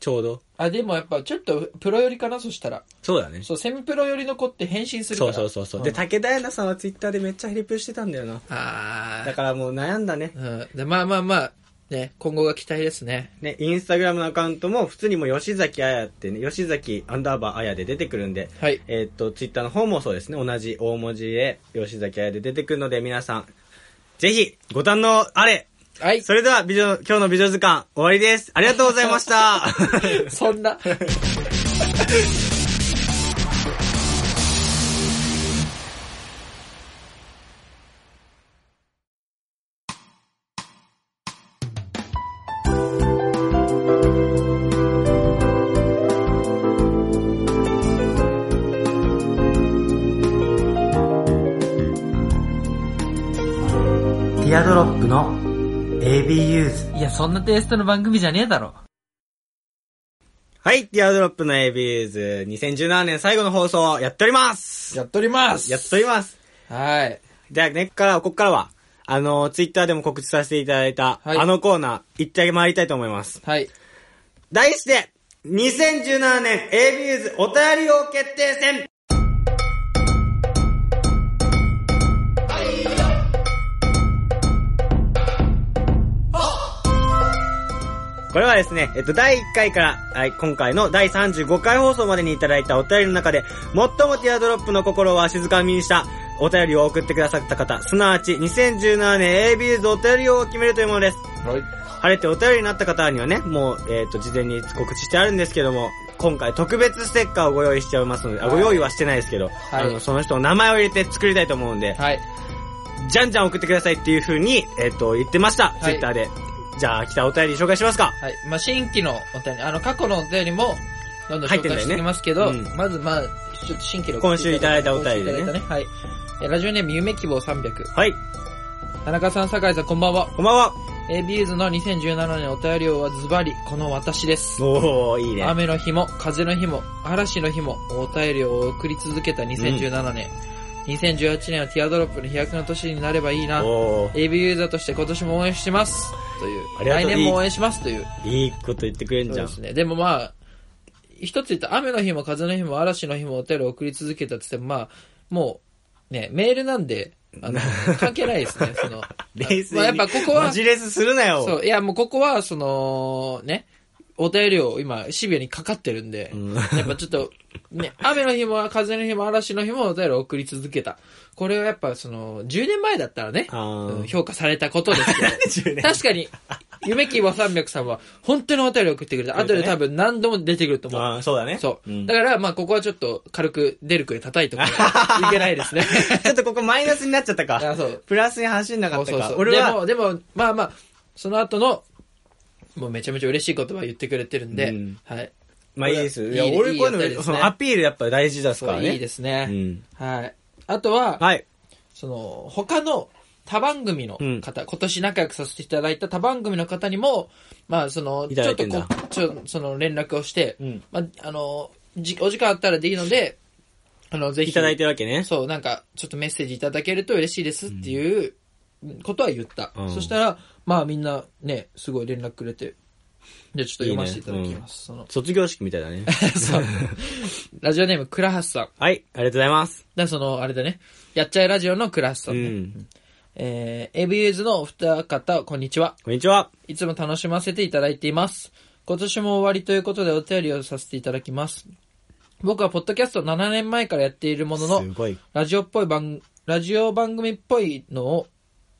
A: ちょうど。
B: あ、でもやっぱちょっとプロ寄りかな、そしたら。
A: そうだね。
B: そう、セミプロ寄りの子って返信するか
A: そう
B: ら。
A: そうそうそう。
B: ん
A: で、武田絵奈さんはツイッターでめっちゃヘリプしてたんだよな。
B: あ
A: だからもう悩んだね。
B: ーうん。で、まあまあまあ、ね、今後が期待ですね。
A: ね、インスタグラムのアカウントも普通にもう吉崎あやってね、吉崎アンダーバーあやで出てくるんで、
B: はい。
A: えーっと、ツイッターの方もそうですね、同じ大文字で吉崎あやで出てくるので皆さん、ぜひご堪能あれ
B: はい。
A: それでは美女、今日の美女図鑑終わりです。ありがとうございま した。
B: そんな。
A: ティアドロップの ABUs。
B: いや、そんなテイストの番組じゃねえだろ。
A: はい、ティアドロップの ABUs。2017年最後の放送やっております。
B: やっております
A: やっております。
B: はい。
A: じゃあね、ここからは、ここからは、あの、ツイッターでも告知させていただいた、
B: はい
A: あのコーナー、行ってまいりたいと思います。
B: はい。
A: 題して、2017年 ABUs お便り王決定戦これはですね、えっと、第1回から、はい、今回の第35回放送までにいただいたお便りの中で、最もティアドロップの心を静かみにしたお便りを送ってくださった方、すなわち2017年 ABUs お便り王を決めるというものです。
B: は
A: 晴れてお便りになった方にはね、もう、えっ、と、事前に告知してあるんですけども、今回特別ステッカーをご用意しておりますので、あ、
B: はい
A: ご用意はしてないですけど、
B: い
A: あの、その人の名前を入れて作りたいと思うんで、
B: い。はい。
A: じゃんじゃん送ってくださいっていう風に、えっ、と、言ってました、
B: い
A: ツイッターで。じゃあ、来たお便り紹介しますか。
B: はい。まあ、新規のお便り、あの、過去のお便りも、どんどん
A: 入っ
B: 紹
A: てんだよ
B: 介し
A: ね
B: ていきますけど、
A: うん
B: まず、まあ、ちょっと新規の
A: 今週いただいたお便りで
B: 今
A: ね
B: 週いただいたはい。えラジオネーム、夢希望300。
A: はい、
B: 田中さん、酒井さん、こんばんは。
A: こんばんは。
B: えビューズの2017年お便りはズバリ、この私です。
A: おー、いいね。
B: 雨の日も、風の日も、嵐の日も、お便りを送り続けた2017年。2018年はティアドロップの飛躍の年になればいいな。
A: おー、
B: AB ユーザーとして今年も応援してます。という。
A: ありがと
B: 来
A: う
B: 年も応援しますという。
A: いいこと言ってくれん
B: そう
A: じゃ
B: で
A: ん。
B: すね。でもまあ、一つ言ったら雨の日も風の日も嵐の日もお便りを送り続けたって言ってもまあ、もう、ね、メールなんで、あ の、関係ないですね、その。
A: 冷静に。
B: まあやっぱここは
A: マ、ジレスするなよ。
B: そう、いやもうここは、その、ね、お便りを今、シビアにかかってるんで、
A: うん
B: やっぱちょっと、ね、雨の日も風の日も嵐の日もお便りを送り続けた。これはやっぱその、10年前だったらね、
A: あー
B: うん評価されたことですけど、
A: 10年。
B: 確かに、夢希望300さんは、本当にお便りを送ってくれた。後で多分何度も出てくると思う。
A: あーそうだね。
B: そう。
A: ん
B: だから、まあ、ここはちょっと、軽く、出るく で叩いとかないといけないですね。
A: ちょっとここマイナスになっちゃったか。
B: あそう
A: プラスに走んなか
B: そう
A: った
B: そう
A: か。
B: そう。
A: 俺
B: で
A: は、
B: も、でも、まあまあ、その後の、もうめちゃめちゃ嬉しい言葉言ってくれてるんで、
A: うん
B: はい。
A: まあいいです。
B: これ
A: いや、
B: い
A: 俺
B: い
A: こう
B: いいお
A: い
B: 便り
A: う
B: で
A: の、
B: す
A: そ
B: ね
A: のアピールやっぱ大事です
B: そ
A: から
B: う
A: ね。
B: いいですね。
A: うん
B: はい。あとは、
A: はい。
B: その、他の他番組の方、今年仲良くさせていただいた他番組の方にも、まあ、その、
A: い
B: ち
A: ただ
B: ょっ
A: いて
B: と
A: ん
B: こ
A: だ
B: う、ちょ、その連絡をして、
A: うん
B: まあ、あの、じ、お時間あったらでいいので、あの、ぜひ、
A: いただいてるわけね。
B: そう、なんか、ちょっとメッセージいただけると嬉しいですっていうことは言った。
A: うん
B: そしたら、まあみんなね、すごい連絡くれて、じゃあちょっと読ませていただきます。
A: 卒業式みたいだね。
B: その そうラジオネーム、倉橋さん。だか
A: はい、ありがとうございます。
B: らその、あれだね、やっちゃえラジオの倉橋さ、
A: うん
B: ね
A: ん。
B: えー、エビユーズのお二方、こんにちは。
A: こんにちは。
B: いつも楽しませていただいています。今年も終わりということでお便りをさせていただきます。僕はポッドキャストを7年前からやっているものの、
A: すごい。
B: ラジオっぽい番、ラジオ番組っぽいのを、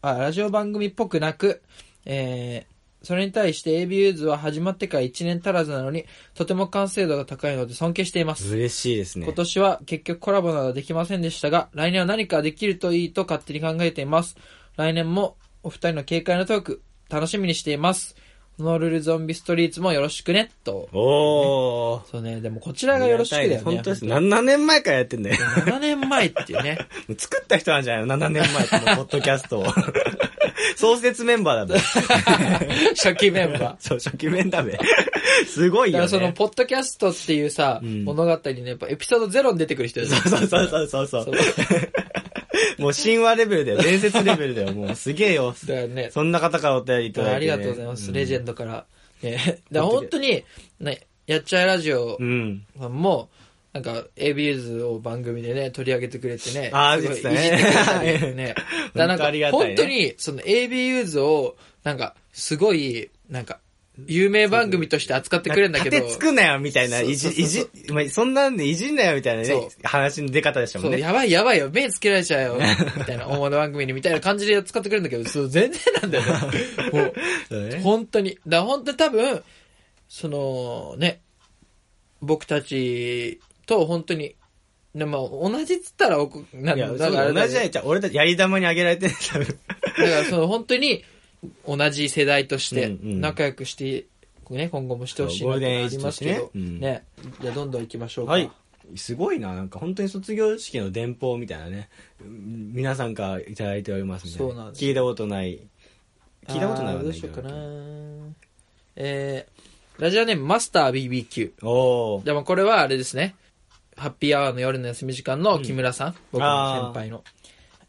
B: あ、ラジオ番組っぽくなく、えー、それに対して AB ユーズは始まってから1年足らずなのに、とても完成度が高いので尊敬しています。
A: 嬉しいですね
B: 今。年は結局コラボなどできませんでしたが、来年は何かできるといいと勝手に考えています。来年もお二人の軽快なトーク、楽しみにしています。ホノルルゾンビストリーツもよろしくね、と。
A: おー。
B: そうね、でもこちらがよろしくだよね。
A: 本当です。7年前からやってんだよ。
B: 7年前っていう ね。
A: もう 作った人なんじゃないの ?7 年前、このポッドキャス トを。創設メンバーだべ。
B: 初期メンバ ー。
A: そう、初期面だべ。すごい
B: だか
A: よ、
B: ら
A: ね。
B: その、ポッドキャストっていうさ、
A: うん
B: 物語にね、やっぱエピソードゼロに出てくる人ですよ。
A: そうそうそうそうそう。もう神話レベルだよ。伝説レベルだよ。もうすげえよ。
B: だよね。
A: そんな方からお便りいただい
B: あ
A: て、
B: り
A: ね。
B: がとうございます、レジェンドから。ね、
A: ド
B: だから本当に、ね、やっちゃえラジオ
A: うん。
B: さんも、なんか、エビューズを番組でね、取り上げてくれてね。
A: あー
B: すごい
A: そうですね
B: いじってくれたり ね。だからな
A: 本
B: ん
A: 当ありが
B: か、
A: たいね
B: 本当に、その AB ユーズを、なんか、すごい、なんか、有名番組として扱ってくれるんだけど、
A: 縦つくなよ、みたいな。
B: そう
A: いじ、
B: そうそう
A: いじ、まあ、そんなんでいじんなよ、みたいな
B: そ
A: ね。話の出方でしたも
B: そ
A: ん
B: う、
A: ね。
B: やばいやばいよ、目つけられちゃうよ、みたいな、大物番組に、みたいな感じで使ってくれるんだけど、そう全然なん だよね。
A: そう
B: もう、
A: ね
B: 本当に。だから本当に多分、その、ね、僕たちと本当に、でも同じっつったらおこ、なん
A: いや、
B: だ
A: そう
B: からあれだ
A: 同
B: よ
A: じじゃないじゃん俺たちやり玉にあげられてる多分。
B: だからその本当に、同じ世代として
A: うんうん
B: 仲良くして、ね、今後もしてほしい
A: そうゴー
B: な
A: ルデ
B: と
A: ンエ
B: あ
A: イジ
B: り
A: と
B: ま
A: し
B: す
A: て
B: けど、
A: ねうん
B: ね。じゃあどんどん行きましょうか。
A: はい。すごいな、なんか本当に卒業式の電報みたいなね、うん皆さんからいただいておりますね。
B: そうなんです
A: 聞いたことない。聞いたことない
B: あ
A: わけな
B: ーどう
A: い
B: し
A: け
B: よう
A: ど
B: かな。えー、ラジオネームマスター BBQ。
A: おー。
B: でもこれはあれですね。ハッピーアワーの夜の休み時間の木村さん。僕の先輩の。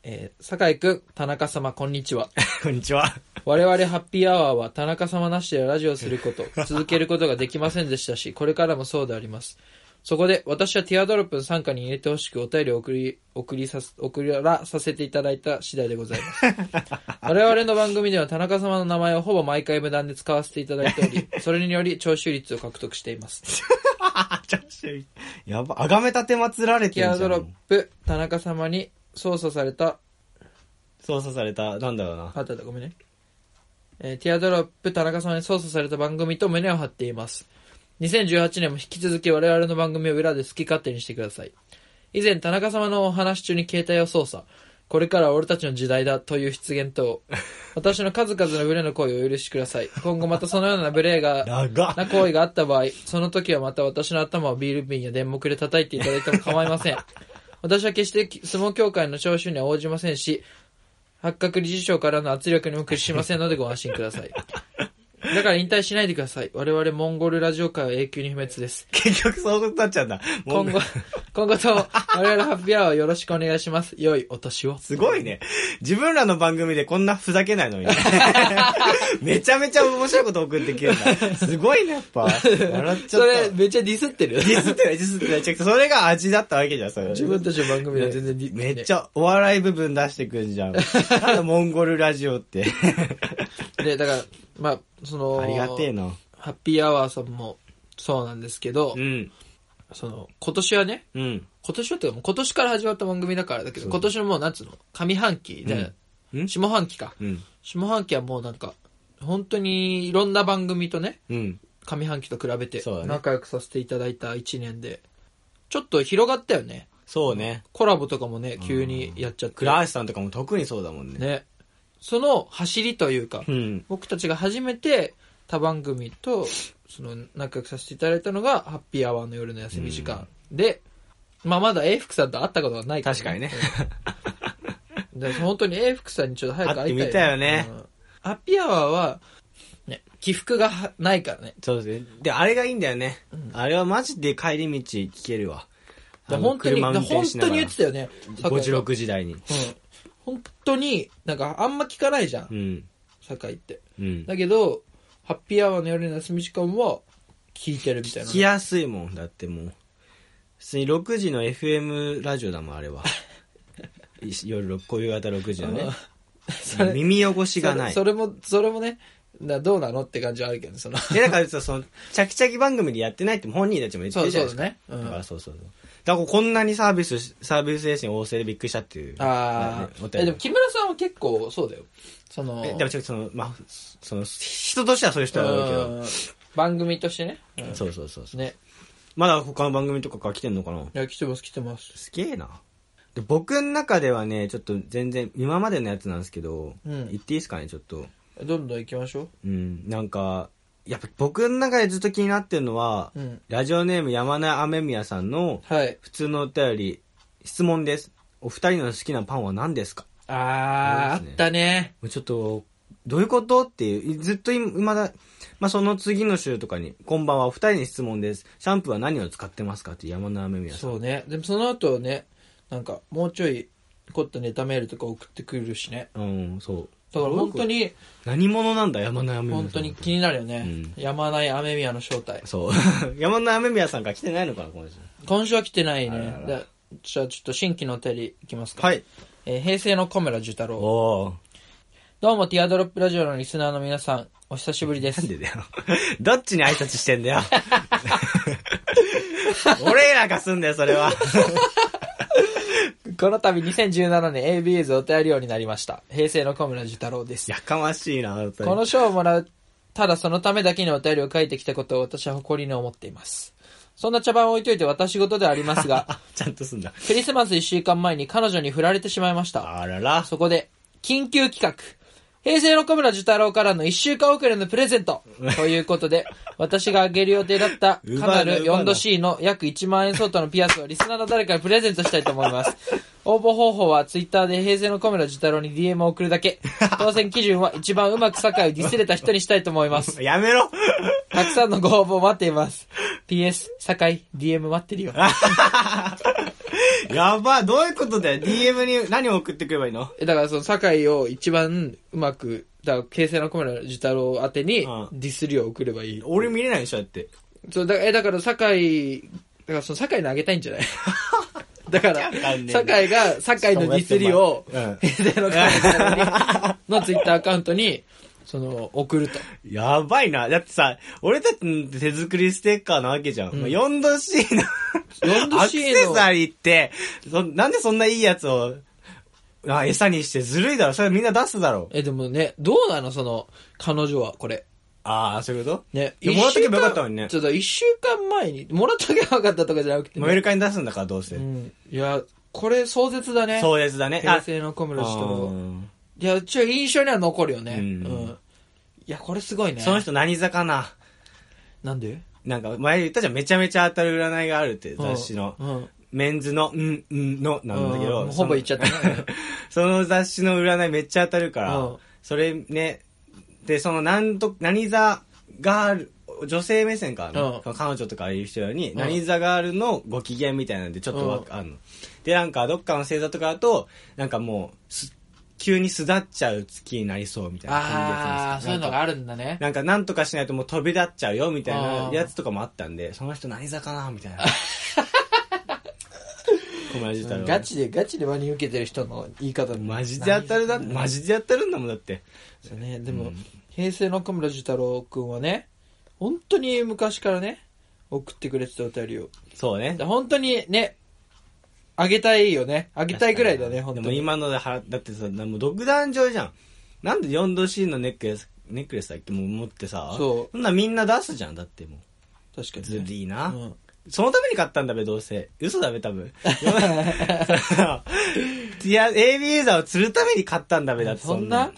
B: えー、酒井くん、田中様、こんにちは。
A: こんにちは。
B: 我々ハッピーアワーは田中様なしでラジオをすること、続けることができませんでしたし、これからもそうであります。そこで私はティアドロップの傘下に入れてほしくお便りを送り、送りさす、送らさせていただいた次第でございます。我々の番組では田中様の名前をほぼ毎回無断で使わせていただいており、それにより聴取率を獲得しています。
A: やば、あがめたてまつられて
B: ティ
A: る
B: ア
A: じゃ
B: ドロッ
A: ん。
B: プ、田中様に操作された、
A: 操作された、なんだろう な。
B: あったあったごめんね。えーティアドロップ、田中様に操作された番組と胸を張っています。2018年も引き続き我々の番組を裏で好き勝手にしてください。以前、田中様のお話中に携帯を操作。これからは俺たちの時代だという出現と、私の数々のブレの行為をお許しください。今後またそのようなブレが
A: 長っ
B: な行為があった場合、その時はまた私の頭をビール瓶や電木で叩いていただいても構いま せん。私は決して相撲協会の聴取には応じませんし、八角理事長からの圧力にも屈しませんのでご安心くださ い。だから引退しないでください。我々モンゴルラジオ界は永久に不滅です。
A: 結局そうなっちゃうんだ。もう
B: 今後、 今後とも我々ハッピーアワーをよろしくお願いします。良いお年を。
A: すごいね。自分らの番組でこんなふざけない のにね。めちゃめちゃ面白いこと送ってきるんだ。すごいね、やっぱ。笑っちゃ
B: そ
A: っ
B: れ
A: た。
B: めっちゃディスってる
A: ディスってない、ディスってない。ちょっとそれが味だったわけじゃん、それ。
B: 自分たちの番組では全 然ディス
A: めっち
B: ゃ。
A: ゃお笑い部分出してくんじゃん。なんだモンゴルラジオ って。
B: で、だから、まあ、その、
A: ありがてえな。
B: ハッピーアワーさんもそうなんですけど、
A: うん。
B: その、今年はね、
A: うん。
B: 今年はっていうかもう今年から始まった番組だからだけど、
A: そう
B: 今年のもうなんつうの、上半期で、
A: うんん
B: 下半期か。
A: うん。
B: 下半期はもうなんか、本当にいろんな番組とね、
A: うん。
B: 上半期と比べて
A: そうだね
B: 仲良くさせていただいた1年で、ちょっと広がったよね。
A: そうね。
B: コラボとかもね、急にやっちゃって。
A: 倉橋さんとかも特にそうだもんね。
B: ね。その走りというか、
A: うん。
B: 僕たちが初めて他番組と、その、仲良くさせていただいたのが、ハッピーアワーの夜の休み時間。で、まあ、まだ永福さんと会ったことはないから、
A: 確かにね。
B: うん。で本当に永福さんにちょっと早く会
A: 会
B: いたい。
A: ってみたいよね
B: うんハッピーアワーは、ね、起伏がはないからね。
A: そうですね。で、あれがいいんだよね。あれはマジで帰り道聞けるわ。
B: だから本当に、
A: あ
B: だ
A: の
B: か
A: 車
B: ら
A: 運
B: 本
A: 転しな
B: 当
A: が
B: に
A: ら
B: 言ってたよね。
A: 5時、
B: 酒井
A: 6時台に。
B: うん。本当に、なんかあんま聞かないじゃ、
A: うんん。
B: 酒井って。
A: うん。
B: だけど、ハッピーアワーの夜の休み時間は、聞いてるみたいな
A: 聞き
B: ね。
A: やすいもん。だってもう。普通に6時の FM ラジオだもん、あれは。 い夜6、こういう方6時のね。
B: それ
A: 耳汚しがない
B: そ。れそれも、それもね、などうなのって感じはあるけどね、その。
A: で、だからさ、その、チャキチャキ番組でやってないって本人たちも言って
B: そ
A: る
B: う
A: じゃ
B: そ
A: な
B: う
A: い
B: で
A: ですすか。
B: ね。
A: だか
B: うん
A: ら。そうそうそう。だからこんなにサービス、サービス精神旺盛でびっくりしたっていう。
B: あ
A: お便
B: あ、え
A: り
B: でも木村さんは結構そうだよ。その、
A: えでもちょっとその、まあ、その、人としてはそういう人は多いけど。
B: うん番組としてね。うん
A: そうそうそうそう。
B: ね。
A: まだ他の番組とかから来てんのかない
B: や、来てます、来てます。
A: すげえな。で、僕の中ではね、ちょっと全然、今までのやつなんですけど、
B: うん
A: 言っていいですかね、ちょっと。
B: どんどん行きましょ
A: うん、なんか、やっぱ僕の中でずっと気になってるのは、
B: う。うん。
A: ラジオネーム山根雨宮さんの、
B: はい。
A: 普通のお便り、質問です。お二人の好きなパンは何ですか
B: あ
A: そうで
B: ー、
A: すね
B: あったね。
A: もうちょっと、どういうことっていう、ずっと今、まだ、まあ、その次の週とかに、こんばんは、お二人に質問です。シャンプーは何を使ってますかって山根雨宮さん。
B: そうね。でもその後ね、なんか、もうちょい、凝ったネタメールとか送ってくるしね。
A: うん、そう。
B: だから本当に、
A: 何者なんだ、山根雨宮さん。
B: 本当に気になるよね。
A: うん
B: やまない雨宮の正体。
A: そう。 山根雨宮さんから来てないのかな、この人。
B: 今週は来てない
A: あ
B: ね
A: らら。ら
B: だじゃあちょっと新規のお便りいきますか。
A: はい。
B: えー平成の小村寿太
A: お
B: 郎。
A: お
B: どうも、ティアドロップラジオのリスナーの皆さん、お久しぶり
A: ー。
B: で
A: な
B: す
A: ん。でだよ。 どっちに挨拶してんだよ。 俺らがすんだよ、それは。
B: この度2017年 ABS お便り王になりました。平成の小村寿太郎です。
A: やかましいな、本当に
B: この賞をもらう、ただそのためだけにお便りを書いてきたことを私は誇りに思っています。そんな茶番を置いといて私事ではあります が、
A: ちゃんとすんだ。
B: クリスマス1週間前に彼女に振られてしまいました。
A: あらら。
B: そこで、緊急企画。平成の小村寿太郎からの1週間遅れのプレゼ ント。ということで、私があげる予定だった
A: う
B: カ
A: ま
B: ナ
A: いな
B: ル
A: うまいな
B: 4°C の約1万円相当のピアスをリスナーの誰かにプレゼントしたいと思います。 応募方法は Twitter で平成の小村寿太郎に DM を送るだけ。当選基準は一番うまく酒井をディスれた人にしたいと思います。
A: やめろ
B: たくさんのご応募を待ってい ます。PS、酒井、DM 待ってるよ。
A: やばい、どういうことだよ。DM に何を送ってくればいいの
B: えだからその酒井を一番うまく、だから平成の小村寿太郎宛てに
A: うん
B: ディスりを送ればいい。
A: 俺見れないでしょ、だって。
B: そうだえだから酒井、だからその酒井にあげたい んじゃないだから
A: わかんねえ、な
B: 酒井が酒井のディスりを
A: うん
B: 平成の小村寿太郎にのツイッターアカウントに、その、送ると。
A: やばいな。だってさ、俺たちの手作りステッカーなわけじゃん。もう 4°C の
B: 4°C の
A: アクセサリーって、そなんでそんないいやつを、あ餌にしてずるいだろ。それみんな出すだろ。
B: え、でもね、どうなのその、彼女は、これ。
A: ああ、そういうこと
B: ね。
A: でももらっとけばよかったのにね
B: 一週間ちょっと一週間前に、もらっとけばよかったとかじゃなくてね、
A: メルカリに出すんだから、どうせ。
B: うん。いや、これ壮絶だね。
A: そうですだね。
B: 平成の小村氏
A: う
B: と。
A: ん
B: いや、ちょ、印象には残るよね。
A: う
B: うんん。いや、これすごいね。
A: その人何座かな
B: なんで
A: なんか前言ったじゃん、めちゃめちゃ当たる占いがあるって、雑誌の。
B: うん。うん
A: メンズの、うん、うん、の、なんだけ
B: う
A: ど。
B: んほぼ言っちゃったね。
A: その 雑誌の占いめっちゃ当たるから、
B: うん
A: それね、で、その、なんと、何座ガール、女性目線からね、
B: う
A: 彼女とかいう人より、
B: ん
A: 何座ガールのご機嫌みたいなんで、ちょっとわ、
B: うん
A: あんの。で、なんか、どっかの星座とかだと、なんかもう、す急に巣立っちゃう月になりそうみたいな感じで
B: ああ、そういうのがあるんだね。
A: なんか、なんとかしないともう飛び立っちゃうよ、みたい
B: あ
A: な
B: ー
A: やつとかもあったんで、その人何座かな、みたい な。小林太郎。
B: ガチで、ガチで真に受けてる人の言い方
A: マジで当たるだ、マジで当たるんだもんだって。
B: ですよね。でも、平成の小村寿太郎くんはね、本当に昔からね、送ってくれてたお便りを。
A: そうね
B: だ。本当にね、あげたいよね。あげたいぐらいだね、本
A: で
B: 当
A: も
B: に。
A: 今ので払っだってさ、もう独壇場じゃん。なんで 4°C のネックレス、ネックレスだっけもう持ってさ、
B: そうん
A: なみんな出すじゃん、だっても
B: 確か
A: う。
B: にね、
A: ずるいな。
B: うん
A: そのために買ったんだべ、どうせ。嘘だべ、多分。 いや、AB ユーザーを釣るために買ったんだべ、だって
B: そんな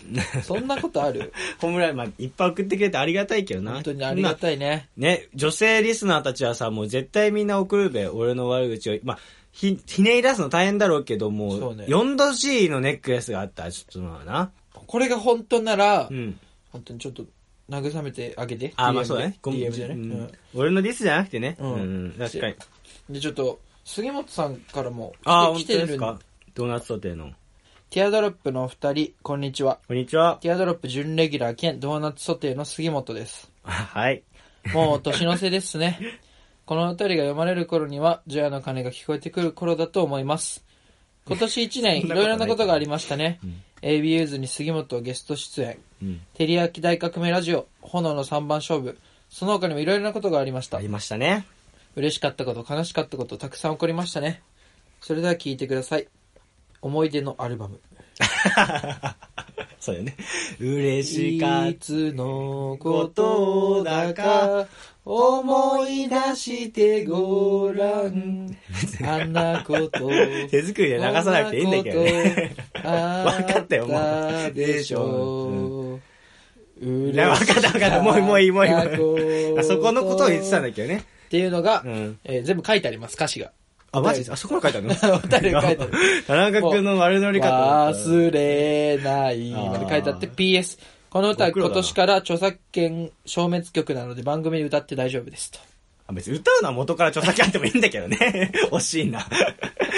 B: そんなことある
A: ホームラン、まあ、いっぱい送ってくれてありがたいけ どな。
B: 本当にありがたいね。
A: ね、女性リスナーたちはさ、もう絶対みんな送るべ、俺の悪口を。まあ、ひ、ひねり出すの大変だろうけど
B: そ
A: も、
B: うね
A: 4°C のネックレスがあったら、ちょっとまあな。
B: これが本当なら、
A: うん。
B: 本当にちょっと慰めてあげて。
A: あ、まあ
B: DM
A: そうだね。ごめん
B: DM じゃね。
A: う
B: うんん
A: 俺のディスじゃなくてね。う
B: うん
A: ん、確かに。
B: で、ちょっと、杉本さんからも
A: あー、
B: 来
A: 本当
B: て来て
A: で
B: る
A: す
B: ん
A: かドーナツソテーの。
B: ティアドロップのお二人、こんにちは。
A: こんにちは。
B: ティアドロップ準レギュラー兼ドーナツソテーの杉本です。
A: あ はい。
B: もう年の瀬ですね。 このお二人が読まれる頃には、除夜の鐘が聞こえてくる頃だと思います。今年一年、
A: そ
B: い
A: んなことない
B: ろいろなことがありましたね。AB ユーズに杉本をゲスト出演、
A: うん。
B: 照り焼き大革命ラジオ、炎の三番勝負、その他にもいろいろなことがありました
A: あり。ましたね。
B: 嬉しかったこと、悲しかったこと、たくさん起こりましたね。それでは聞いてください。思い出のアルバム。
A: そうよね。嬉しかっ
B: いつのことだか思い出してごら ん。あんなこと。
A: た。手作りで流さなくていいんだけどね。
B: わ
A: わかったよもう
B: でしょう。う
A: いや、わかったわかった。もうもういいもういいもういい。あそこのことを言ってたんだ
B: っ
A: けどね。
B: ていうのが、
A: うん
B: えー全部書いてあります、歌詞が。
A: あ、マジであそこまで書いてあるの
B: お便りが書いてある
A: 田中君の悪乗り方だった。
B: 忘れないまで書いてあって、
A: あー
B: PS、この歌は
A: ご苦労だ
B: 今
A: な
B: 年から著作権消滅曲なので番組で歌って大丈夫ですと。
A: あ、別に歌うのは元から著作権あってもいいんだけどね。 惜しいな。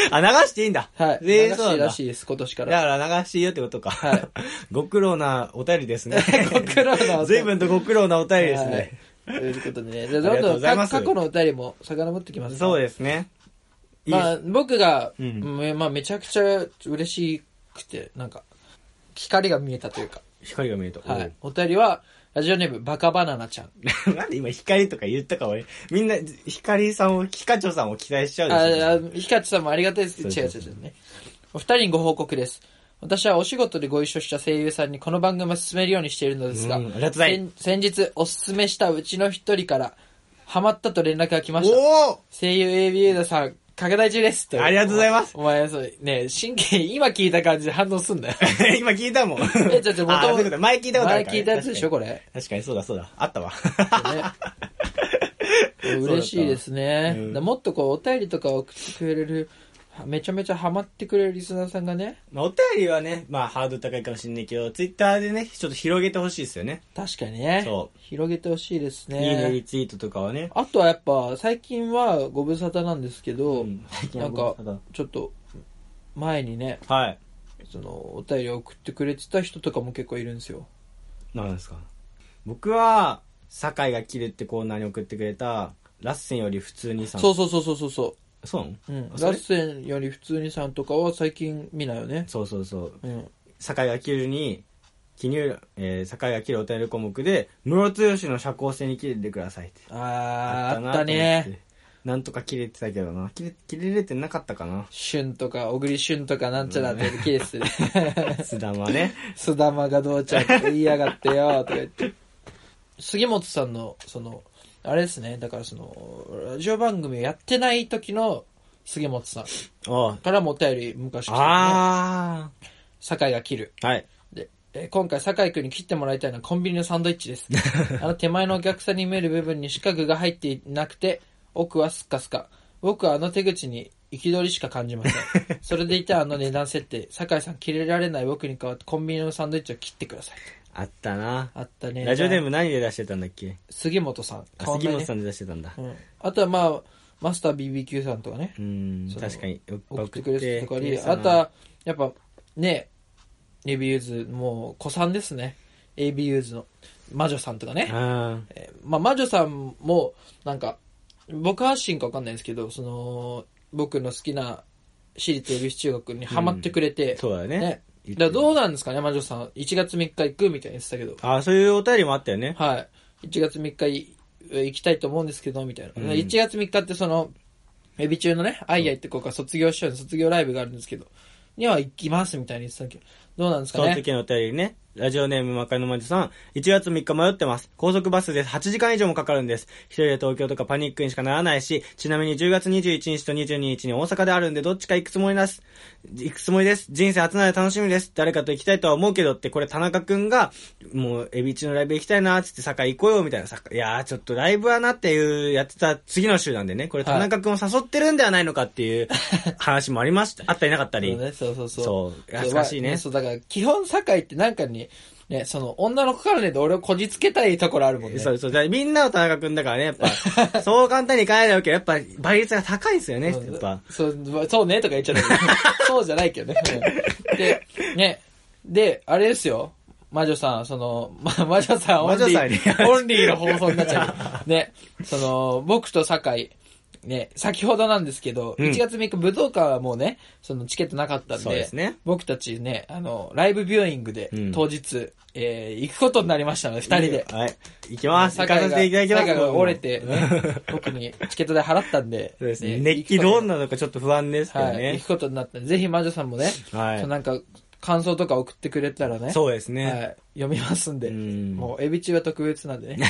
A: あ、流していいんだ。
B: はい。
A: えー
B: 流
A: そうなん
B: しい
A: だ
B: らしいです、今年か
A: だ
B: ら。
A: から流していいよってことか。
B: はい
A: ご苦労なお便りですね
B: 。ご苦労なお便り
A: 随分とご苦労なお便りです
B: はい
A: ね。。
B: ということでね、じゃあ
A: あ
B: ど
A: りがとう
B: んど
A: ご
B: ん
A: ざい
B: か
A: ます
B: 過去のお便りも遡ってきます。
A: そう
B: で
A: ですね。いい
B: まあ、僕が、
A: うん
B: めまあ、めちゃくちゃ嬉しくて、なんか、光が見えたというか、
A: 光が見えた。
B: はい。お便りは、ラジオネーム、バカバナナちゃん。
A: おう なんで今光とか言ったか俺、みんな光さんを、ヒカチョさんを期待しちゃう
B: あ
A: でしょ。
B: あ、ひかちさんもありがたいですけど、
A: そ
B: 違
A: う
B: う違う違うね。お二人にご報告です。私はお仕事でご一緒した声優さんにこの番組を進めるようにしているのですが、
A: うんありがとうございま
B: 先先日お勧めしたうちの一人から、ハマったと連絡が来ました。
A: お お
B: 声優 AB ユーダさん、拡大中です。
A: ありがとうございます
B: お前、そう、ね、神経、今聞いた感じで反応すんだよ。
A: 今聞いたもん。
B: えちょちょ元々
A: あそういうこと前聞いたことあ
B: 前
A: るからね、
B: 聞いたやつでしょ、これ。
A: 確かにそうだそうだ。あったわ。
B: 嬉しいですね。
A: うん
B: だもっとこう、お便りとか送ってくれる、めちゃめちゃハマってくれるリスナーさんがね、
A: まあ、お便りはね、まあ、ハードル高いかもしれないけど、ツイッターでね、ちょっと広げてほしいですよね。
B: 確かにね。
A: そう
B: 広げてほしいですね。
A: いいね、リツイートとかはね。
B: あとはやっぱ、最近はご無沙汰なんですけど、
A: うん最近
B: な
A: は
B: ん
A: ご無沙
B: か
A: 汰だ、
B: ちょっと、前にね、
A: はい。
B: その、お便りを送ってくれてた人とかも結構いるんですよ。
A: なんですか僕は、酒井が切るってコーナーに送ってくれた、ラッセンより普通にさん。
B: そうそうそうそうそうそ
A: そうなの
B: う。うん。ラ
A: あそれ
B: ッセンより普通にさんとかは最近見ないよね。
A: そうそうそう。
B: うん。
A: 酒井が切るに、記入、えー、酒井が切るお便り項目で、室津吉の社交性に切れてくださいって。
B: あー、あ
A: な
B: った
A: と思
B: ね。
A: っ。て。なんとか切れてたけどな。切れ、切れれてなかったかな
B: 旬とか、小栗旬とかなんちゃらって ケースで。
A: 須田はね。
B: 須田間がどうちゃんとか言いやがってよ、とか言って。杉本さんの、その、あれですね、だからその、ラジオ番組をやってない時の杉本さん
A: あ
B: からもお便り昔来てね、
A: あ
B: 酒井が切る。
A: ー。はい。
B: で、えー今回酒井くんに切ってもらいたいのはコンビニのサンドイッ チです。あの手前のお客さんに見える部分に四角が入っていなくて、奥はスッカスカ。僕はあの手口に憤りしか感じませ ん。それでいてあの値段設定、酒井さん切れられない僕に代わってコンビニのサンドイッチを切ってください。
A: あったな。
B: あったね。
A: ラジオネーム何で出してたんだっけ
B: 杉本さん。
A: あ
B: 変わん
A: 杉
B: ないね
A: 本さんで出してたんだ。
B: うん。あとはまあ、マスター BBQ さんとかね
A: う。ん、
B: その
A: 確かに。
B: 送ってくれてたとかに。
A: 送って
B: あとは、やっぱ、ね、レビューズ、もう、子さんですね。AB ユーズの魔女さんとかね。
A: あー
B: えーまあ、魔女さんも、なんか、僕発信かわかんないですけど、その、僕の好きな私立恵比寿中学にハマってくれて、
A: そうだよね。
B: ね。
A: 言
B: だ
A: っ
B: か
A: て
B: らどうなんですかね、魔女さん。1月3日行くみたいに言ってたけど。
A: あー、そういうお便りもあったよね。
B: はい。1月3日い行きたいと思うんですけど、みたいな。
A: うん
B: 1月3日ってその、エビ中のね、アイアイって子が卒業しようの卒業ライブがあるんですけど、には行きますみたいに言ってたけど、どうなんです
A: そ
B: か
A: の
B: ね。
A: 時のお便りね。ラジオネーム、まかりのまじさん。1月3日迷ってます。高速バスで8時間以上もかかるんです。一人で東京とかパニックにしかならないし、ちなみに10月21日と22日に大阪であるんで、どっちか行くつもりです。行くつもりです。人生初なので楽しみです。誰かと行きたいとは思うけどって、これ田中くんが、もう、エビチのライブ行きたいなーっつって、酒井行こうよ、みたいな。酒井いやー、ちょっとライブはなっていう、やってた次の週なんでね、これ田中くんを誘ってるんではないのかっていう話もありました。あったりなかったり
B: そう。ね、そうそうそう。
A: そう懐かしいね
B: まあそう、だから、基本、酒井ってなんかに、ね、その、女の子からね、俺をこじつけたいところあるもんね。
A: そうそう。だからみんなを田中くんだからね、やっ ぱ、そう簡単にいかないだろうけど、やっぱ倍率が高いですよね、やっぱ。
B: そう、まあそうねとか言っ ちゃうけどそうじゃないけどね。うんで、ね、で、あれですよ。魔女さん、その、ま、魔女さんオンリ
A: 魔女さん
B: ー、オンリーの放送になっちゃう。ね、その、僕と酒井、ね、先ほどなんですけど、
A: うん
B: 1月3日武道館はもうね、そのチケットなかったんで、
A: そうですね
B: 僕たちね、あの、ライブビューイングで
A: うん
B: 当日、えー行くことになりましたので、二人で。
A: はい。行きます。行
B: 酒
A: かさ
B: 井
A: せていただきます。
B: が酒井が折れて、ね、僕にチケット代払ったんで、
A: そうですね。
B: ね
A: 熱気どうなのかちょっと不安ですけど
B: はい、
A: ね
B: 行く。ことになったんで、ぜひ魔女さんもね、
A: はい
B: そのなんか感想とか送ってくれたらね、
A: そうです
B: は
A: ね。
B: い、読みますんで、
A: うん
B: もうエビ中は特別なん でね、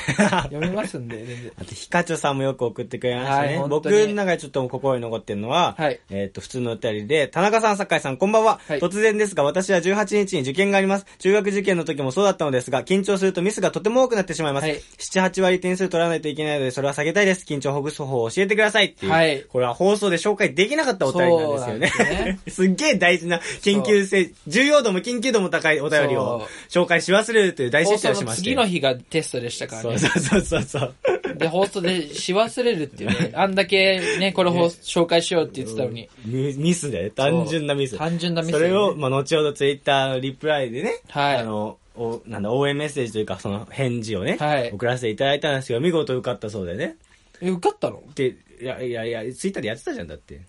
B: 読みますんで、全然。
A: あと、ヒカチョさんもよく送ってくれました
B: はい
A: ね。
B: 本
A: 僕
B: 当
A: の
B: に
A: 中でちょっと心に残ってるのは、
B: はい
A: えっ、と、普通のお便りで、田中さん、酒井さん、こんばんは、
B: はい
A: 突然ですが、私は18日に受験があります。中学受験の時もそうだったのですが、緊張するとミスがとても多くなってしまいます。
B: はい
A: 7、8割点数取らないといけないので、それは下げたいです。緊張ほぐす方法を教えてくださいっていう。
B: はい
A: これは放送で紹介できなかったお便りなんですよね。
B: そうなんですね
A: すっげえ大事な、緊急性、重要度も緊急度も高いお便りを紹介し忘れるという大
B: 放
A: 失態を
B: 送
A: しま
B: の
A: した。
B: 次の日がテストでしたから
A: そう
B: ね。
A: そうそうそうそう。
B: で、放送でし忘れるっていうね。あんだけね、これ放送紹介しようって言ってたのに。
A: ミミスだよ。単純なミス。
B: 単純なミス
A: そ
B: だよね
A: れを、まあ、後ほどツイッターのリプライでね、
B: はい
A: あの、おなんだ、応援メッセージというか、その返事をね、
B: はい
A: 送らせていただいたんですけど、見事受かったそうだよね。
B: え、受かったの
A: で、いやいやいや、ツイッターでやってたじゃんだって。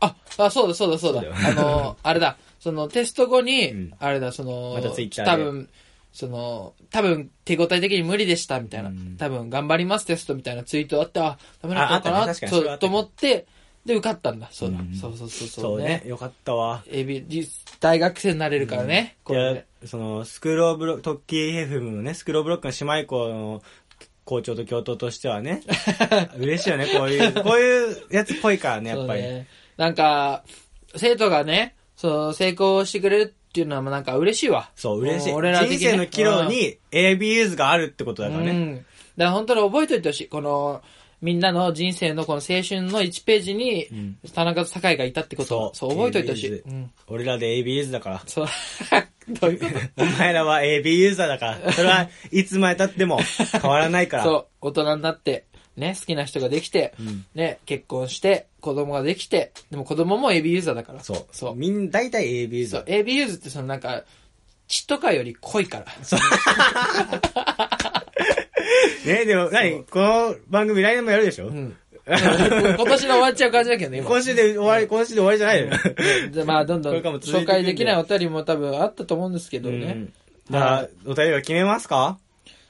B: あ、あ、そうだそうだそう
A: そ
B: だ。
A: うだよ
B: あ の、あれだ、そのテスト後に、
A: ん
B: あれだ、その、
A: また Twitter で
B: 多分、その、多分手応え的に無理でしたみたいな、多分頑張りますテストみたいなツイートあって、あ、ダメだったのか
A: ああ
B: な、
A: ったね確かにそれはあ
B: そう
A: った
B: と
A: ね
B: 思って、で受かったんだ。そうだ。
A: うん
B: そうそうそう
A: そ
B: そうう
A: ね
B: ね。。
A: よかったわ。
B: エビ、大学生になれるからね、こ
A: い
B: れ
A: や
B: ね。、
A: その、スクローブロック、トッキー FM のね、スクローブロックの姉妹校の校長と教頭としては ね、嬉しいよね、こういう、こういうやつっぽいからね、やっぱり。
B: そうねなんか、生徒がね、その成功してくれるっていうのはまあなんか嬉しいわ。
A: そう、嬉しい。
B: も俺ら的
A: 人
B: に
A: 生の岐路に ABUs があるってことだからね。
B: うん。だから本当に覚えておいてほしい。この、みんなの人生のこの青春の1ページに、田中と酒井がいたってことを、そう覚えておいてほしい。
A: ABUs
B: うん。
A: 俺らで ABUs だから。
B: そう、 どういうこと
A: お前らは AB ユーザーだから。それはいつまで経っても変わらないから。
B: そう、大人になって、ね、好きな人ができて、ね、結婚して、子供ができて、でも子供も AB ユーザーだから。
A: そう。
B: そう。
A: みん、大体 AB ユー
B: そ
A: ザ
B: う
A: ー。
B: AB ユーズってそのなんか、血とかより濃いから。
A: ねでも、なにこの番組来年もやるでしょ、
B: ん今年の終わっちゃう感じだけどね、今。
A: 今週で終わり、今週で終わりじゃないよ。
B: でまあ、どんどん
A: これからも続いていく
B: 紹
A: んで
B: 介できないお便りも多分あったと思うんですけど
A: う
B: ね。
A: んだから、お便りは決めますか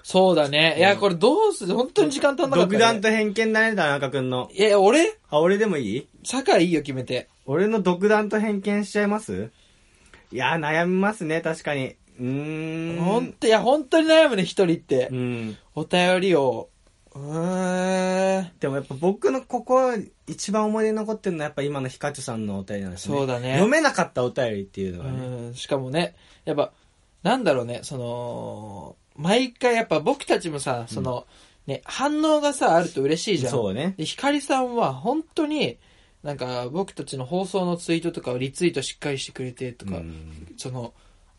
B: そうだね。いや、これどうする本当に時間足んなかった、
A: 独
B: ね。
A: 断と偏見だね、田中くんの。
B: いや、俺
A: あ、俺でもいい
B: 酒井いいよ、決めて。
A: 俺の独断と偏見しちゃいますいや、悩みますね、確かに。うーん。
B: ほんと、いや、本当に悩むね、一人って。
A: うん。
B: お便りを。うーん。
A: でもやっぱ僕のここ一番思い出に残ってるのはやっぱ今のヒカチュさんのお便りなんですね。
B: そうだね
A: 読めなかったお便りっていうのがね。
B: うん。しかもね、やっぱ、なんだろうね、その、毎回やっぱ僕たちもさ、その、ね、反応がさ、あると嬉しいじゃん。
A: そうね。
B: で、ひかりさんは本当に、なんか僕たちの放送のツイートとかをリツイートしっかりしてくれてとか、
A: うん
B: その、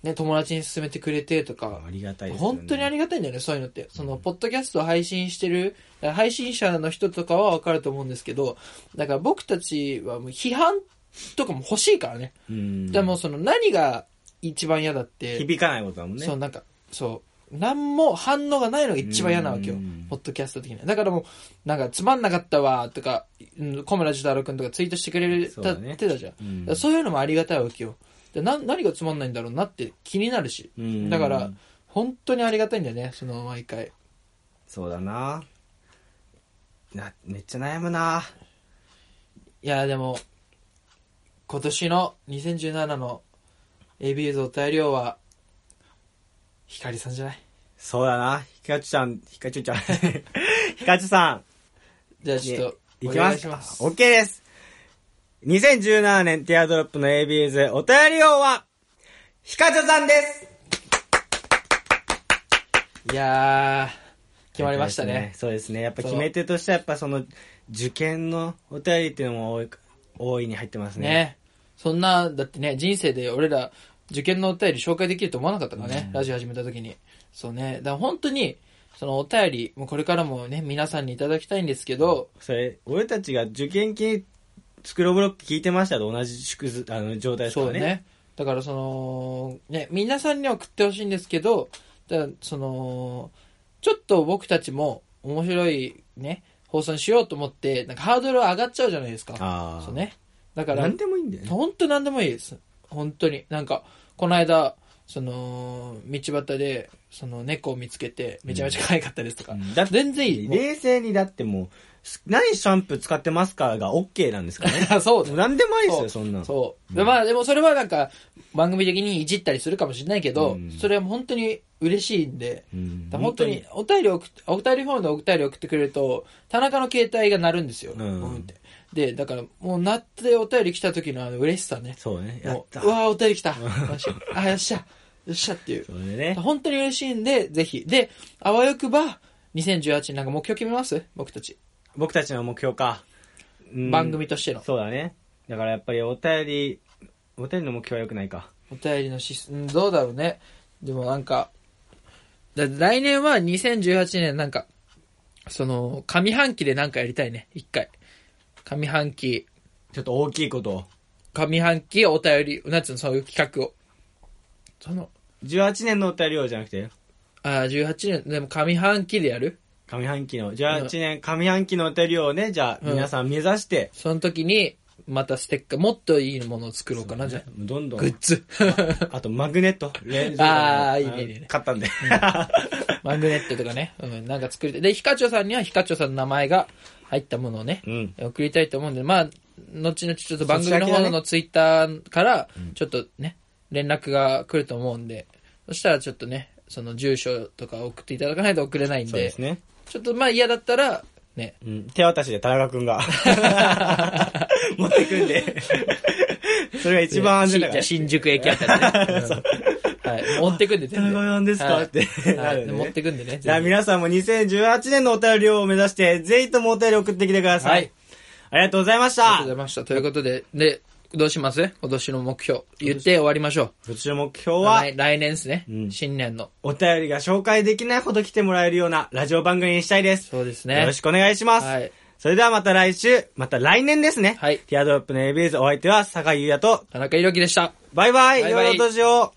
B: ね、友達に勧めてくれてとか、
A: ありがたいですよね。
B: 本当にありがたいんだよね、そういうのって。その、ポッドキャストを配信してる、配信者の人とかはわかると思うんですけど、だから僕たちはもう批判とかも欲しいからね。
A: うん。
B: でもその何が一番嫌だって、
A: 響かないことだもんね。
B: そう、なんか、そう、なんも反応がないのが一番嫌なわけよ
A: うん。
B: ポッドキャスト的には。だからもう、なんか、つまんなかったわ、とか、うん小村寿太郎くんとかツイートしてくれ
A: そ
B: た
A: うだ
B: っ
A: ね
B: てたじゃん。だか
A: うん
B: らそういうのもありがたいわけよ。でな何がつまんないんだろうなって気になるし
A: う。ん
B: だから、本当にありがたいんだよね、その、毎回。
A: そうだなな、めっちゃ悩むない
B: や、でも、今年の2017の AB 像大量は、ひかりさんじゃない
A: そうだな。ひかちちゃん、ひかちゅちゃん。 ひかちさん。
B: じゃあちょっと、
A: い
B: お
A: きま
B: 願
A: す。
B: いします。
A: OK です。2017年ティアドロップの ABS お便り王は、ひかちゃさんです。
B: いやー、決まりましたね。
A: そうですね。やっぱ決め手としてはやっぱその、受験のお便りっていうのも多い、大いに入ってますね。
B: ね。そんな、だってね、人生で俺ら、受験のお便り紹介できると思わなかったからね、ラジオ始めた時に。そうね。だから本当に、そのお便り、もうこれからもね、皆さんにいただきたいんですけど、
A: それ、俺たちが受験期にスクローブロック聞いてましたと同じ縮図あの状態ですか
B: そう
A: らね。
B: ね。だからその、ね、皆さんには送ってほしいんですけど、だからその、ちょっと僕たちも面白いね、放送にしようと思って、なんかハードル上がっちゃうじゃないですか。
A: ああ。
B: そう。ね。だから、
A: なんでもいいんだよね。
B: 本当なんでもいいです。本当に。なんか、この間、その、道端で、その猫を見つけて、めちゃめちゃ可愛かったですとか。
A: だって
B: 全然いい。もう
A: 冷静にだってもう、す何シャンプー使ってますかが OK なんですかね。
B: あ そうだ
A: なんでもいいですよ、そんなの。
B: そう。でまあ、でもそれはなんか、番組的にいじったりするかもしれないけど、
A: うん
B: それは本当に嬉しいんで、
A: うん
B: だから本当に、お便り送っお便りフォームでお便り送ってくれると、田中の携帯が鳴るんですよ。
A: うん
B: ブーンって。で、だから、もう鳴ってお便り来た時のあの嬉しさね。
A: そうね。やっ
B: もう、
A: た。
B: うわーお便り来た。よっしゃあ、よっしゃ。よっしゃっていう
A: そ。れでね。
B: 本当に嬉しいんで、ぜひ。で、あわよくば、2018年なんか目標決めます僕たち。
A: 僕たちの目標か。うん
B: 番組としての。
A: そうだね。だからやっぱりお便り、お便りの目標は良くないか。
B: お便りのシス、うんどうだろうね。でもなんか、だ来年は2018年なんか、その、上半期でなんかやりたいね。一回。上半期、
A: ちょっと大きいことを。
B: 上半期お便り、なんつうの、そういう企画を。その、
A: 18年のお便りをじゃなくて、
B: あー18年、でも上半期でやる
A: 上半期の、18年上半期のお便りをね、じゃあ
B: うん
A: 皆さん目指して、
B: その時に、またステッカー、もっといいものを作ろうかな、じゃあ
A: どんど
B: グッ
A: ん、
B: ズ。
A: あとマグネット、レンズ
B: あーいいねいいね
A: 買ったんで。
B: マグネットとかね、うん、なんか作りたい。で、ヒカチョさんにはヒカチョさんの名前が入ったものをね、
A: うん。
B: 送りたいと思うんで、まあ、後々ちょっと番組
A: そ
B: の
A: っちだけ
B: 方
A: だ
B: のツイッターから、ちょっとね、連絡が来ると思うんで、そしたらちょっとね、その住所とか送っていただかないと送れないん
A: そう
B: で、
A: ですね。
B: ちょっとまあ嫌だったら、ね、
A: うん、手渡しで田中くんが持ってくんでそれが一番安全だから
B: しじゃあ新宿駅あたりね。 うんはい、持ってくんで、
A: 田中さんですか
B: はい
A: って
B: はい
A: なるね
B: 持ってくんでね。
A: じゃあ皆さんも2018年のお便りを目指してぜひともお便り送ってきてください、
B: はい
A: ありがとうございまし
B: ありがと
A: た
B: うございました。ということで、で、どうします今年の目標。言って終わりましょ
A: 今年の目標
B: う。
A: は
B: 来来年ですね、
A: ん
B: 新年の。
A: お便りが紹介できないほど来てもらえるようなラジオ番組にしたいです
B: そうですね。
A: よろしくお願いします、
B: はい
A: それではまた来週また来年ですね
B: はい
A: ティアドロップのエビーズお相手は坂井優也と
B: 田中裕樹でした。
A: バイバイ
B: バイバイ
A: 良いお年を